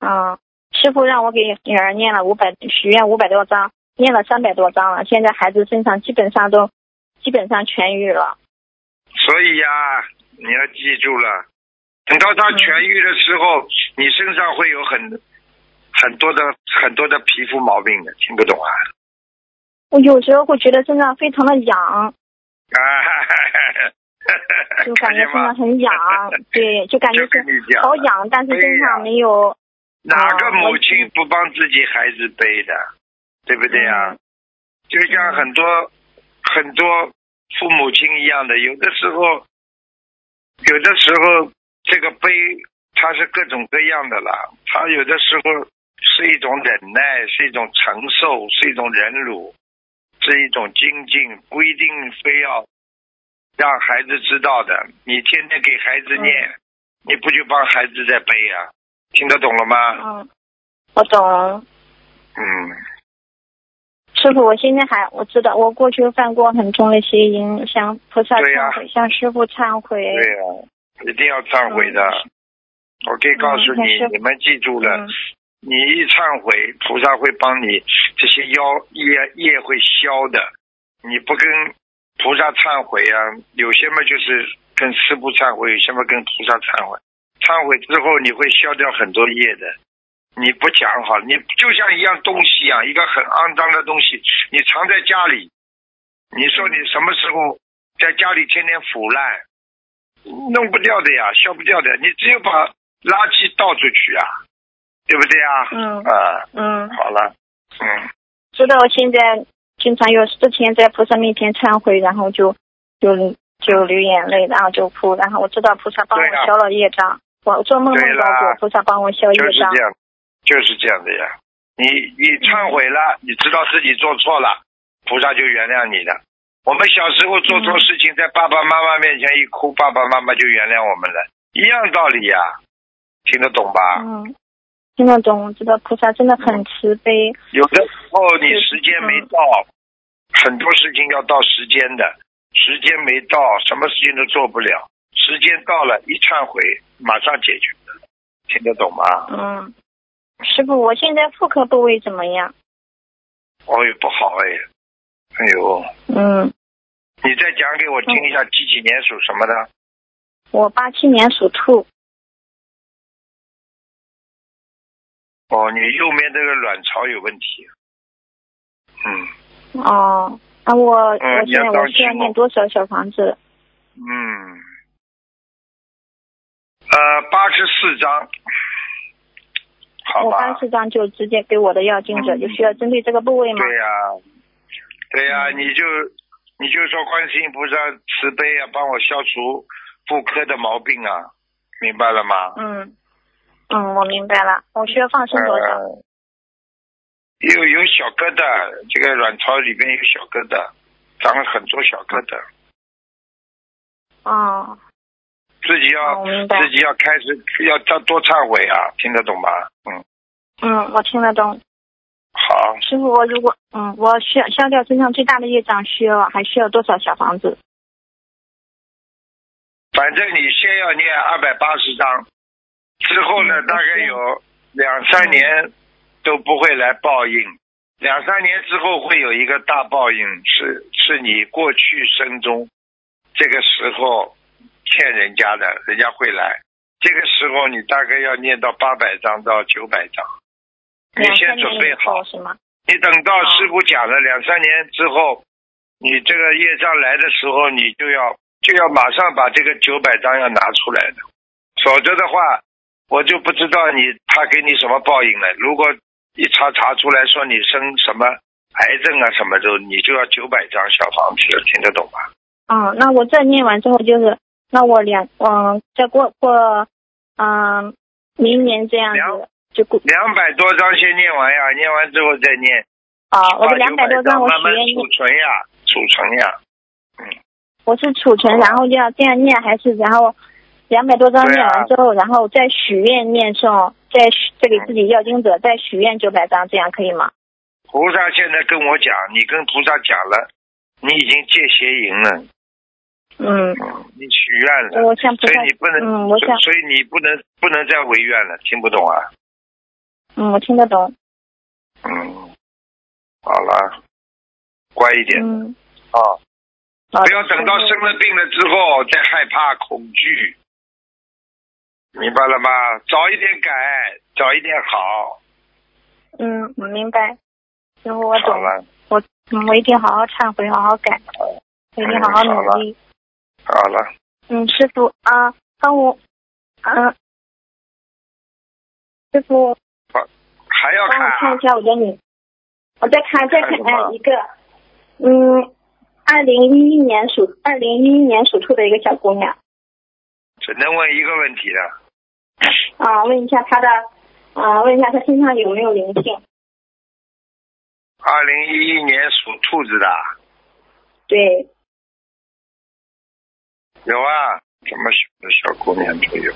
Speaker 2: 啊。师傅让我给女儿念了五百许愿五百多张，念了三百多张了，现在孩子身上基本上都基本上痊愈了。
Speaker 1: 所以呀、你要记住了，等到他痊愈的时候，你身上会有很很多的很多的皮肤毛病的，听不懂啊？
Speaker 2: 我有时候会觉得身上非常的痒，
Speaker 1: 啊，
Speaker 2: 就感觉身
Speaker 1: 吗
Speaker 2: 上？很痒，对，就感觉
Speaker 1: 就是跟你讲了，
Speaker 2: 好痒，但是
Speaker 1: 对
Speaker 2: 身
Speaker 1: 呀
Speaker 2: 上没有
Speaker 1: 哪个
Speaker 2: 啊
Speaker 1: 母
Speaker 2: 我
Speaker 1: 亲不帮自己孩子背的，对不对啊？
Speaker 2: 嗯
Speaker 1: 就像很多、很多父母亲一样的，有的时候，有的时候这个背它是各种各样的啦，它有的时候是一种忍耐，是一种承受，是一种忍辱，是一种精进，不一定非要让孩子知道的。你天天给孩子念，你不就帮孩子在背啊？听得懂了吗？
Speaker 2: 嗯，我懂，
Speaker 1: 嗯，
Speaker 2: 师傅，我现在还我知道，我过去犯过很重的邪淫，向菩萨
Speaker 1: 对呀
Speaker 2: 忏悔，向师傅忏悔。
Speaker 1: 对呀、一定要忏悔的。
Speaker 2: 嗯
Speaker 1: 我可以告诉
Speaker 2: 嗯
Speaker 1: 你，
Speaker 2: 那是
Speaker 1: 你们记住了，
Speaker 2: 嗯
Speaker 1: 你一忏悔，菩萨会帮你这些妖业业会消的。你不跟菩萨忏悔啊，有些嘛就是跟师父忏悔，有些嘛跟菩萨忏悔。忏悔之后，你会消掉很多业的。你不讲好，你就像一样东西一样，一个很肮脏的东西，你藏在家里，你说你什么时候在家里天天腐烂，弄不掉的呀，消不掉的，你只有把垃圾倒出去啊，对不对啊？
Speaker 2: 嗯
Speaker 1: 啊，
Speaker 2: 嗯，
Speaker 1: 好了，嗯，
Speaker 2: 知道我现在经常有之前在菩萨面前忏悔，然后就就就流眼泪，然后就哭，然后我知道菩萨帮
Speaker 1: 对呀
Speaker 2: 我消了业障，我做梦梦
Speaker 1: 对
Speaker 2: 到
Speaker 1: 啦
Speaker 2: 过菩萨帮我消业
Speaker 1: 就是
Speaker 2: 障
Speaker 1: 这。样，就是这样的呀。你你
Speaker 2: 嗯
Speaker 1: 忏悔了，你知道自己做错了，菩萨就原谅你的。我们小时候做
Speaker 2: 嗯
Speaker 1: 错事情，在爸爸妈妈面前一哭，爸爸妈妈就原谅我们了，一样道理呀，听得懂吧？
Speaker 2: 嗯，听得懂，我知道菩萨真的
Speaker 1: 嗯
Speaker 2: 很慈悲。
Speaker 1: 有的时候你时
Speaker 2: 嗯
Speaker 1: 间没到，很多事情要到时间的，时间没到，什么事情都做不了。时间到了，一忏悔，马上解决的，听得懂吗？
Speaker 2: 嗯，师傅，我现在妇科部位怎么样？
Speaker 1: 哦哟，不好哎，哎呦，
Speaker 2: 嗯，
Speaker 1: 你再讲给我听一下，几几年属什么的？
Speaker 2: 我八七年属兔。
Speaker 1: 哦，你右面这个卵巢有问题。嗯
Speaker 2: 哦，那我、
Speaker 1: 嗯
Speaker 2: 我现在
Speaker 1: 你要当
Speaker 2: 我需要
Speaker 1: 心哦
Speaker 2: 念多少小房子？
Speaker 1: 嗯，呃，八十四张，好
Speaker 2: 我
Speaker 1: 吧。
Speaker 2: 八十张就直接给我的要经者，
Speaker 1: 嗯
Speaker 2: 就需要针对这个部位吗？
Speaker 1: 对呀、对呀、你就你就说观世音菩萨慈悲啊，帮我消除妇科的毛病啊，明白了吗？
Speaker 2: 嗯，嗯，我明白了。我需要放生多少？
Speaker 1: 呃，有有小疙瘩，这个卵巢里边有小疙瘩，长了很多小疙瘩，
Speaker 2: 哦，
Speaker 1: 自己要、
Speaker 2: 哦我明白
Speaker 1: 嗯啊自己要开始要多多忏悔啊，听得懂吗？嗯，
Speaker 2: 嗯，我听得懂。
Speaker 1: 好，
Speaker 2: 师傅，我如果嗯，我需要消掉身上最大的业障，需要还需要多少小房子？
Speaker 1: 反正你先要念二百八十章，之后呢，
Speaker 2: 嗯
Speaker 1: 大概有两三年都不会来报应，两三年之后会有一个大报应，是是你过去生中这个时候欠人家的，人家会来。这个时候你大概要念到八百章到九百章，你
Speaker 2: 两
Speaker 1: 先
Speaker 2: 三
Speaker 1: 准
Speaker 2: 年
Speaker 1: 备
Speaker 2: 以
Speaker 1: 好
Speaker 2: 后，是吗？
Speaker 1: 你等到师傅讲
Speaker 2: 啊
Speaker 1: 了两三年之后，你这个业障来的时候，你就要就要马上把这个九百张要拿出来的，否则的话，我就不知道你他给你什么报应了。如果一查查出来说你生什么癌症啊什么的，你就要九百张小房子了，听得懂吧？
Speaker 2: 嗯哦，那我这念完之后就是那我两嗯，再过过嗯，明年这样
Speaker 1: 两
Speaker 2: 子就过
Speaker 1: 两百多张先念完呀，念完之后再念。
Speaker 2: 啊，我
Speaker 1: 把
Speaker 2: 的两百多张
Speaker 1: 张
Speaker 2: 我
Speaker 1: 慢
Speaker 2: 许
Speaker 1: 慢
Speaker 2: 愿
Speaker 1: 储存呀，储存呀。
Speaker 2: 我是储
Speaker 1: 哦
Speaker 2: 存，然后要这样念，还是然后两百多张
Speaker 1: 对
Speaker 2: 念
Speaker 1: 啊
Speaker 2: 完之后，然后再许愿念诵，再许再给自己要经者再许愿九百张，这样可以吗？
Speaker 1: 菩萨现在跟我讲，你跟菩萨讲了，你已经戒邪淫了，
Speaker 2: 嗯，
Speaker 1: 嗯你许愿了，
Speaker 2: 我向菩
Speaker 1: 所
Speaker 2: 萨
Speaker 1: 以，你不能，
Speaker 2: 嗯，我想，
Speaker 1: 所以你不能不能再违愿了，听不懂啊？
Speaker 2: 嗯，我听得懂，
Speaker 1: 嗯，好了，乖一点
Speaker 2: 嗯，哦
Speaker 1: 啊、
Speaker 2: 好的
Speaker 1: 不要等到生了病了之后再害怕恐惧，明白了吗？早一点改，早一点好，
Speaker 2: 嗯，我明白，师傅我
Speaker 1: 好
Speaker 2: 懂，
Speaker 1: 了，
Speaker 2: 我嗯，我一定好好忏悔，好好改，我一定好好
Speaker 1: 嗯好
Speaker 2: 努
Speaker 1: 了
Speaker 2: 力。
Speaker 1: 好了，
Speaker 2: 嗯，师傅啊，帮我，嗯、师傅
Speaker 1: 还要
Speaker 2: 帮
Speaker 1: 看
Speaker 2: 我
Speaker 1: 啊
Speaker 2: 哦看一下我的女，我再看再看
Speaker 1: 看什么
Speaker 2: 哎一个，嗯，二零一一年属二零一一年属兔的一个小姑娘
Speaker 1: 只能问一个问题了。
Speaker 2: 啊，问一下她的啊，问一下她身上有没有灵性？
Speaker 1: 二零一一年属兔子的
Speaker 2: 对，
Speaker 1: 有啊，这么小的小姑娘都有。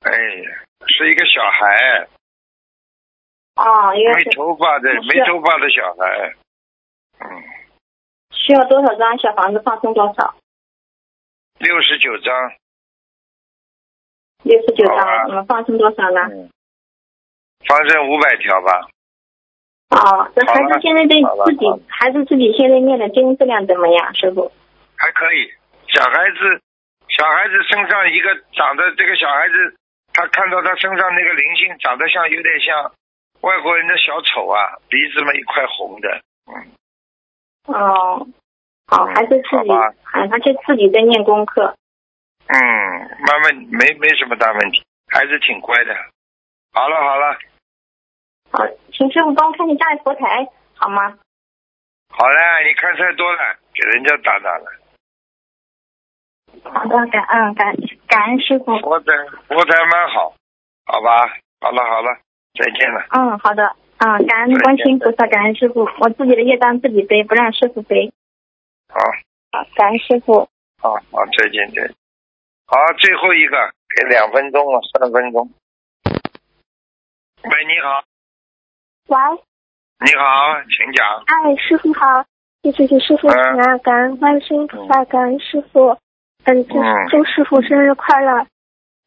Speaker 1: 哎，是一个小孩，
Speaker 2: 啊，因为
Speaker 1: 没头发的
Speaker 2: 不，是
Speaker 1: 没头发的小孩。嗯，
Speaker 2: 需要多少张小房子放生多少？
Speaker 1: 六十九张。
Speaker 2: 六十九张
Speaker 1: 好啊，
Speaker 2: 我们放生多少呢？
Speaker 1: 嗯，方正五百条吧。
Speaker 2: 啊，那
Speaker 1: 好
Speaker 2: 孩子
Speaker 1: 了
Speaker 2: 现在对
Speaker 1: 好了
Speaker 2: 自己
Speaker 1: 好啊了
Speaker 2: 孩子自己现在念的经质量怎么样，师傅？
Speaker 1: 还可以。小孩子，小孩子身上一个长得，这个小孩子，他看到他身上那个灵性长得像有点像外国人的小丑啊，鼻子嘛一块红的。嗯，
Speaker 2: 哦，好，
Speaker 1: 嗯
Speaker 2: 还是自己
Speaker 1: 好吧，
Speaker 2: 还还是自己在念功课。
Speaker 1: 嗯，慢慢没没什么大问题，还是挺乖的。好了好了，
Speaker 2: 好，请师傅帮我看一下家里佛台好吗？
Speaker 1: 好了，你看太多了，给人家打打了。
Speaker 2: 好的，感嗯感感恩师
Speaker 4: 嗯
Speaker 2: 傅。
Speaker 1: 佛台佛台蛮好，好吧，好了好了，再见了。
Speaker 2: 嗯，好的，嗯，感恩观世音菩萨，感恩师傅。我自己的业障自己背，不让师傅背。
Speaker 1: 好，
Speaker 2: 好，感恩师傅。
Speaker 1: 好好，再见再见。好，最后一个给两分钟了，三分钟。喂，你好，
Speaker 4: 喂，
Speaker 1: 你好，请讲。
Speaker 4: 哎，师傅好，弟子给师
Speaker 1: 哎
Speaker 4: 傅请安，感恩观世音菩萨，感恩师傅，嗯，祝
Speaker 1: 嗯
Speaker 4: 祝师傅生日快乐，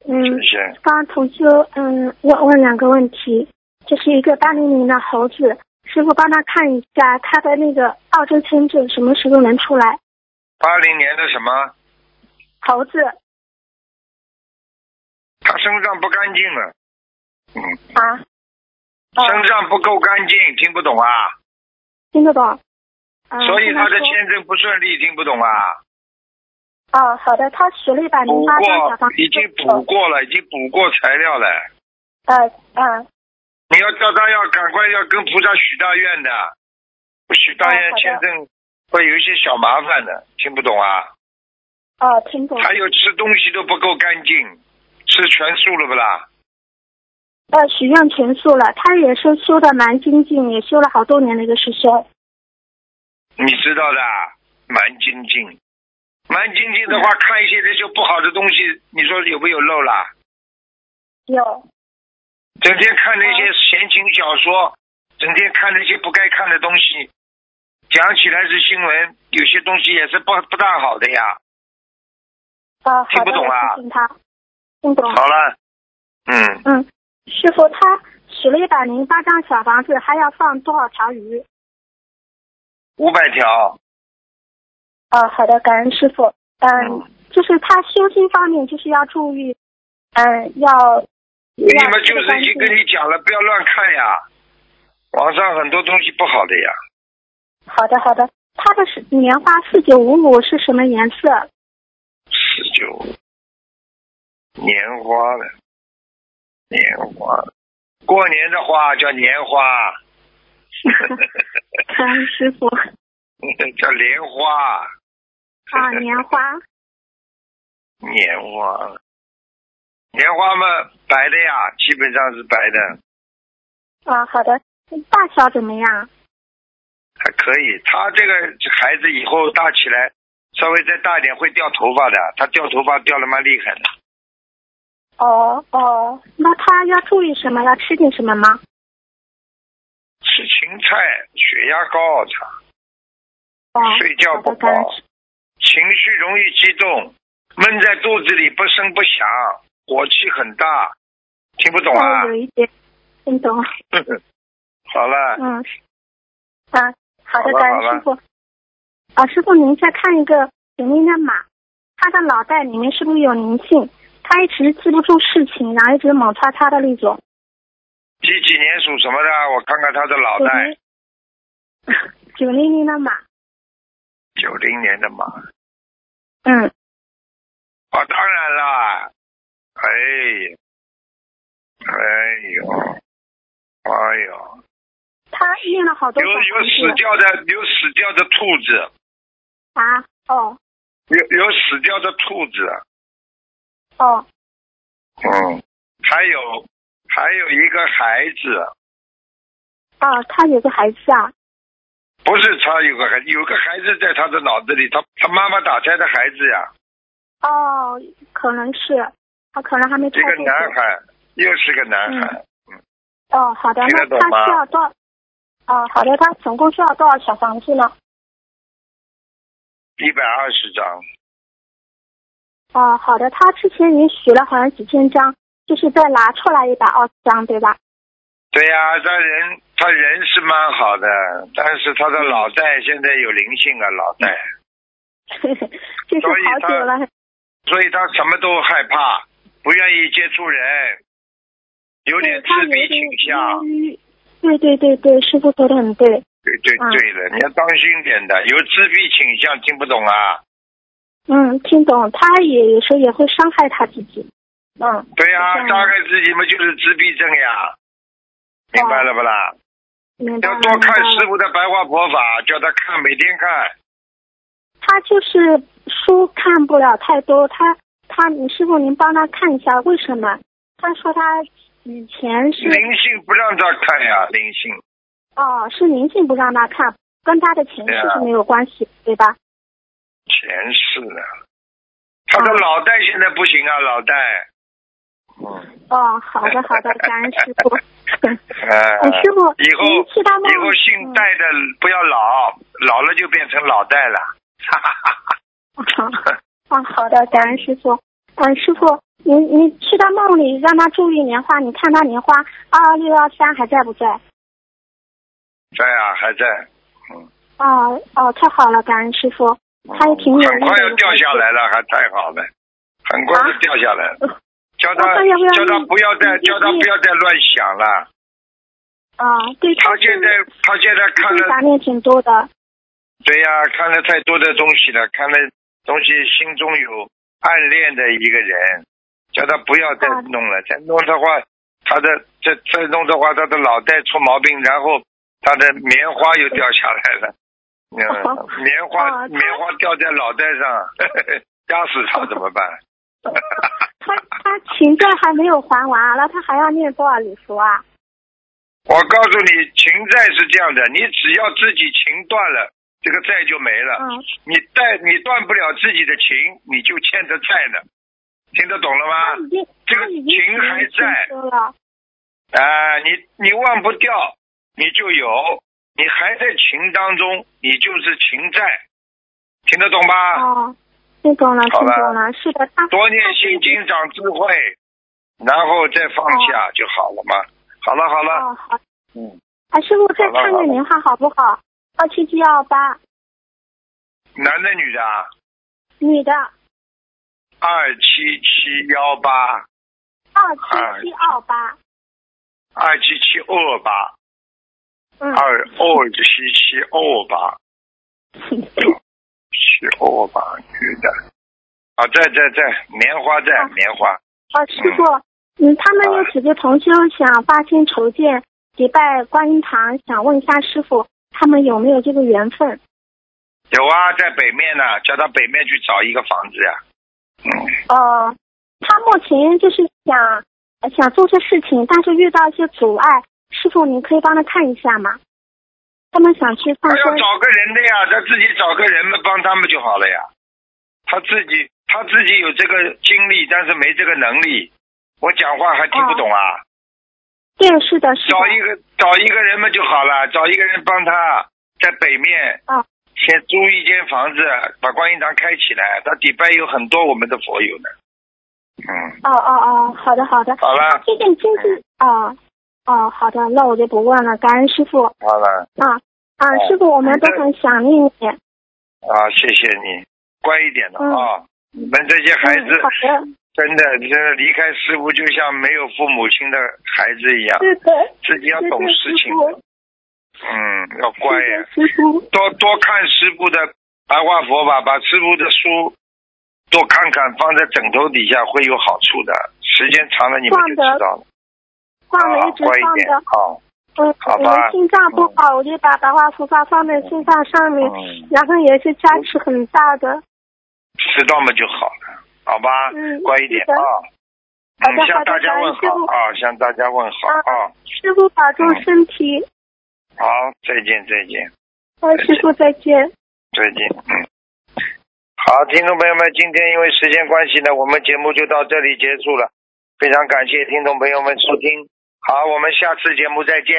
Speaker 4: 嗯
Speaker 1: 谢，谢。
Speaker 4: 帮同修嗯问问两个问题，这是一个八零零的猴子，师傅帮他看一下他的那个澳洲签证什么时候能出来？
Speaker 1: 八零年的什么？
Speaker 4: 猴子
Speaker 1: 他身上不干净了，嗯，
Speaker 4: 啊，哦，
Speaker 1: 身上不够干净，听不懂啊，
Speaker 4: 听得懂？啊、
Speaker 1: 所以
Speaker 4: 跟
Speaker 1: 他的
Speaker 4: 说
Speaker 1: 签证不顺利，听不懂啊。
Speaker 4: 哦，好的，他学了一百零
Speaker 1: 补
Speaker 4: 八张小房
Speaker 1: 过
Speaker 4: 子，，
Speaker 1: 已经补过了，已经补过材料了。
Speaker 4: 呃呃，
Speaker 1: 你要叫他要赶快要跟菩萨许大愿的，不许大
Speaker 4: 哦
Speaker 1: 愿
Speaker 4: 好的
Speaker 1: 签证会有一些小麻烦的，听不懂啊？
Speaker 4: 哦，听懂。
Speaker 1: 还有吃东西都不够干净，吃全素了不啦？
Speaker 4: 呃，许愿全素了，他也是修的蛮精进，也修了好多年的一个师兄。
Speaker 1: 你知道的，蛮精进，蛮精进的
Speaker 4: 嗯
Speaker 1: 话，看一些那些不好的东西，你说有没有漏啦？
Speaker 4: 有，
Speaker 1: 整天看那些闲情小说，整天看那些不该看的东西，讲起来是新闻，有些东西也是不不大好的呀。
Speaker 4: 呃，
Speaker 1: 听
Speaker 4: 好
Speaker 1: 不
Speaker 4: 的，
Speaker 1: 懂啊
Speaker 4: 我提醒他。听懂。
Speaker 1: 好了，嗯，
Speaker 4: 嗯，师傅，他许了一百零八张小房子，还要放多少条鱼？
Speaker 1: 五百条，
Speaker 4: 呃，好的，感恩师傅。嗯
Speaker 1: 嗯，
Speaker 4: 就是他修心方面，就是要注意，嗯，要。
Speaker 1: 你
Speaker 4: 要
Speaker 1: 们
Speaker 4: 吃
Speaker 1: 就
Speaker 4: 得
Speaker 1: 是
Speaker 4: 干
Speaker 1: 已
Speaker 4: 净
Speaker 1: 经跟你讲了，不要乱看呀，网上很多东西不好的呀。
Speaker 4: 好的，好的。他的是莲花四九五五是什么颜色？
Speaker 1: 四九年花了，年花，过年的花叫年花，
Speaker 4: 感恩师傅。啊
Speaker 1: 叫莲花。
Speaker 4: 啊，莲花。
Speaker 1: 年花，年花嘛，白的呀，基本上是白的，
Speaker 4: 啊，好的，大小怎么样？
Speaker 1: 还可以。他这个孩子以后大起来，稍微再大一点会掉头发的，他掉头发掉的蛮厉害的。
Speaker 4: 哦哦，那他要注意什么？要吃点什么吗？
Speaker 1: 吃芹菜，血压高，他
Speaker 4: 哦，
Speaker 1: 睡觉不
Speaker 4: 好的感恩
Speaker 1: 好，情绪容易激动，闷在肚子里不声不响，火气很大，听不懂啊哎
Speaker 4: 稍微？有一点，听懂。
Speaker 1: 好了，
Speaker 4: 嗯，啊，好的，
Speaker 1: 好了
Speaker 4: 感
Speaker 1: 好了
Speaker 4: 恩师傅。啊，师傅，您再看一个有名的马，它的脑袋里面是不是有灵性？它一直记不住事情，然后一直猛叉叉的那种。
Speaker 1: 几几年属什么的？啊我看看他的脑
Speaker 4: 九
Speaker 1: 袋
Speaker 4: 零。九零 零的马，
Speaker 1: 九零年的马。
Speaker 4: 嗯，
Speaker 1: 啊，当然啦，哎，哎呦，哎呦，
Speaker 4: 它念了好多
Speaker 1: 有
Speaker 4: 小
Speaker 1: 有死
Speaker 4: 房子
Speaker 1: 掉的，有死掉的兔子，
Speaker 4: 啊，哦
Speaker 1: 有有死掉的兔子，
Speaker 4: 哦，
Speaker 1: 嗯，还有还有一个孩子，
Speaker 4: 啊，他有个孩子啊，
Speaker 1: 不是他有个孩，有个孩子在他的脑子里，他他妈妈打胎的孩子呀，
Speaker 4: 哦，可能是，他可能还没超
Speaker 1: 一个
Speaker 4: 度
Speaker 1: 男孩，又是个男孩，
Speaker 4: 哦，好的，
Speaker 1: 听得
Speaker 4: 那
Speaker 1: 懂
Speaker 4: 他
Speaker 1: 吗
Speaker 4: 需要多少？哦，好的，他总共需要多少小房子呢？
Speaker 1: 一百二十张，
Speaker 4: 哦，好的，他之前已经许了好像几千张，就是再拿出来一百二十张，对吧？
Speaker 1: 对呀、他人他人是蛮好的，但是他的脑袋
Speaker 4: 嗯
Speaker 1: 现在有灵性啊，脑袋。
Speaker 4: 就是
Speaker 1: 所以
Speaker 4: 好久了，
Speaker 1: 所以他什么都害怕，不愿意接触人，有
Speaker 4: 对
Speaker 1: 点自
Speaker 4: 他有
Speaker 1: 闭
Speaker 4: 点
Speaker 1: 倾向
Speaker 4: 忧。郁。对对对对，师傅说的很对。
Speaker 1: 对对
Speaker 4: 嗯
Speaker 1: 对的，你要当心点的，有自闭倾向，听不懂啊？
Speaker 4: 嗯，听懂。他也有时候也会伤害他自己。嗯，
Speaker 1: 对呀、
Speaker 4: 嗯
Speaker 1: 大概自己嘛就是自闭症呀，明白了不啦？
Speaker 4: 明白
Speaker 1: 要
Speaker 4: 了。
Speaker 1: 多看
Speaker 4: 明白了
Speaker 1: 师傅的白话佛法，叫他看，每天看。
Speaker 4: 他就是书看不了太多，他他，你师傅您帮他看一下为什么？他说他以前是
Speaker 1: 灵性不让他看呀，灵性。
Speaker 4: 哦是灵性不让他看，跟他的前世
Speaker 1: 对啊
Speaker 4: 是没有关系，
Speaker 1: 啊
Speaker 4: 对吧？
Speaker 1: 前世的，他的
Speaker 4: 嗯
Speaker 1: 脑袋现在不行啊，脑袋。嗯。
Speaker 4: 哦，好的好的，感恩师 傅。
Speaker 1: 呃
Speaker 4: 哎师傅
Speaker 1: 啊以后
Speaker 4: 您去他梦
Speaker 1: 以后姓戴的不要老，老了就变成老戴了。 哈哈哈哈。
Speaker 4: 啊，好的，感恩师傅。嗯，师傅，您您去他梦里让他注意莲花，你看他莲花二二六幺三还在不在？
Speaker 1: 在啊，还在。嗯。
Speaker 4: 哦哦，太好了，感恩师傅。他也挺努力的
Speaker 1: 很快要掉下来了，还太好了，很快就掉下来了。
Speaker 4: 啊
Speaker 1: 叫他
Speaker 4: 我看见我要
Speaker 1: 叫他
Speaker 4: 念
Speaker 1: 不要再
Speaker 4: 念
Speaker 1: 叫他不要再乱想了。
Speaker 4: 啊，对，
Speaker 1: 他现在他现在看了
Speaker 4: 杂念挺多的。
Speaker 1: 对呀、看了太多的东西了，看了东西，心中有暗恋的一个人，叫他不要再
Speaker 4: 啊
Speaker 1: 弄了，再弄的话，他的再再弄的话，他的脑袋出毛病，然后他的棉花又掉下来了，
Speaker 4: 哦
Speaker 1: 嗯，棉花
Speaker 4: 啊他
Speaker 1: 棉花掉在脑袋上， 压死他怎么办？
Speaker 4: 他他情债还没有还完，那他还要念多少礼佛啊？
Speaker 1: 我告诉你，情债是这样的，你只要自己情断了，这个债就没了。
Speaker 4: 嗯，
Speaker 1: 你断你断不了自己的情，你就欠着债呢。听得懂了
Speaker 4: 他
Speaker 1: 吗
Speaker 4: 已？经
Speaker 1: 啊这个
Speaker 4: 他已经
Speaker 1: 情还在
Speaker 4: 修了。
Speaker 1: 啊，你你忘不掉，你就有；你还在情当中，你就是情债。听得懂吧？
Speaker 4: 哦，听懂了，
Speaker 1: 啊好
Speaker 4: 听
Speaker 1: 吧
Speaker 4: 懂了，是哦的，他
Speaker 1: 多念心经长智慧，然后再放下就好了嘛。好了好了，
Speaker 4: 哦，好，
Speaker 1: 嗯，
Speaker 4: 啊，师傅再
Speaker 1: 好了
Speaker 4: 看
Speaker 1: 好
Speaker 4: 看
Speaker 1: 了
Speaker 4: 莲花好不好？二七七幺八，
Speaker 1: 男的女的啊？
Speaker 4: 女的
Speaker 1: 二七七幺八，
Speaker 4: 二七七二八，
Speaker 1: 二七七二八，
Speaker 4: 嗯，
Speaker 1: 二二七七二八。是欧巴女的，啊，在在在，棉花在
Speaker 4: 啊
Speaker 1: 棉花，
Speaker 4: 哦，师傅，嗯，他们有几个同修想发心筹建礼拜观音堂，想问一下师傅，他们有没有这个缘分？
Speaker 1: 有啊，在北面呢、叫他北面去找一个房子呀、
Speaker 4: 呃，他目前就是想呃想做些事情，但是遇到一些阻碍，师傅您可以帮他看一下吗？他们想去
Speaker 1: 他
Speaker 4: 放
Speaker 1: 要
Speaker 4: 生，
Speaker 1: 找个人的呀，他自己找个人嘛，帮他们就好了呀。他自己他自己有这个精力，但是没这个能力。我讲话还听不懂啊？
Speaker 4: 对，是的，是的
Speaker 1: 找，一个找一个人嘛就好了，找一个人帮他在北面，
Speaker 4: 啊
Speaker 1: 先租一间房子，把观音堂开起来。他底边有很多我们的佛友呢。嗯，
Speaker 4: 哦哦哦，好的好的，
Speaker 1: 好了，
Speaker 4: 最近经济
Speaker 1: 嗯
Speaker 4: 啊哦好的，那我就不问了，感恩师傅
Speaker 1: 好了
Speaker 4: 啊啊，
Speaker 1: 哦
Speaker 4: 师傅，我们都很想念你，
Speaker 1: 啊，谢谢你，乖一点的啊、
Speaker 4: 嗯
Speaker 1: 你们这些孩
Speaker 4: 嗯，
Speaker 1: 子
Speaker 4: 好的，
Speaker 1: 真的，真的离开师傅就像没有父母亲的孩子一样，
Speaker 4: 是的，
Speaker 1: 自己要懂事情的。嗯，要乖呀、
Speaker 4: 是的，师傅，
Speaker 1: 多多看师傅的白话佛法，把师傅的书多看看，放在枕头底下会有好处的。时间长了你们就知道了。
Speaker 4: 放了
Speaker 1: 啊
Speaker 4: 一直
Speaker 1: 乖一
Speaker 4: 放
Speaker 1: 点
Speaker 4: 着，
Speaker 1: 好，
Speaker 4: 嗯，
Speaker 1: 好
Speaker 4: 我
Speaker 1: 吧
Speaker 4: 们心脏不好，我就把白话佛法放在心脏上面，
Speaker 1: 嗯，
Speaker 4: 然后也是加持很大的。
Speaker 1: 知道嘛就好了，好吧？
Speaker 4: 嗯
Speaker 1: 乖一点
Speaker 4: 是的
Speaker 1: 啊。
Speaker 4: 好的
Speaker 1: 嗯，向大家问
Speaker 4: 好的感恩师
Speaker 1: 好
Speaker 4: 父
Speaker 1: 啊，向大家问好啊，
Speaker 4: 师傅保重身体，
Speaker 1: 好，再见，再见。
Speaker 4: 呃，师傅再见。
Speaker 1: 最近，嗯。好，听众朋友们，今天因为时间关系呢，我们节目就到这里结束了。非常感谢听众朋友们收听，好，我们下次节目再见。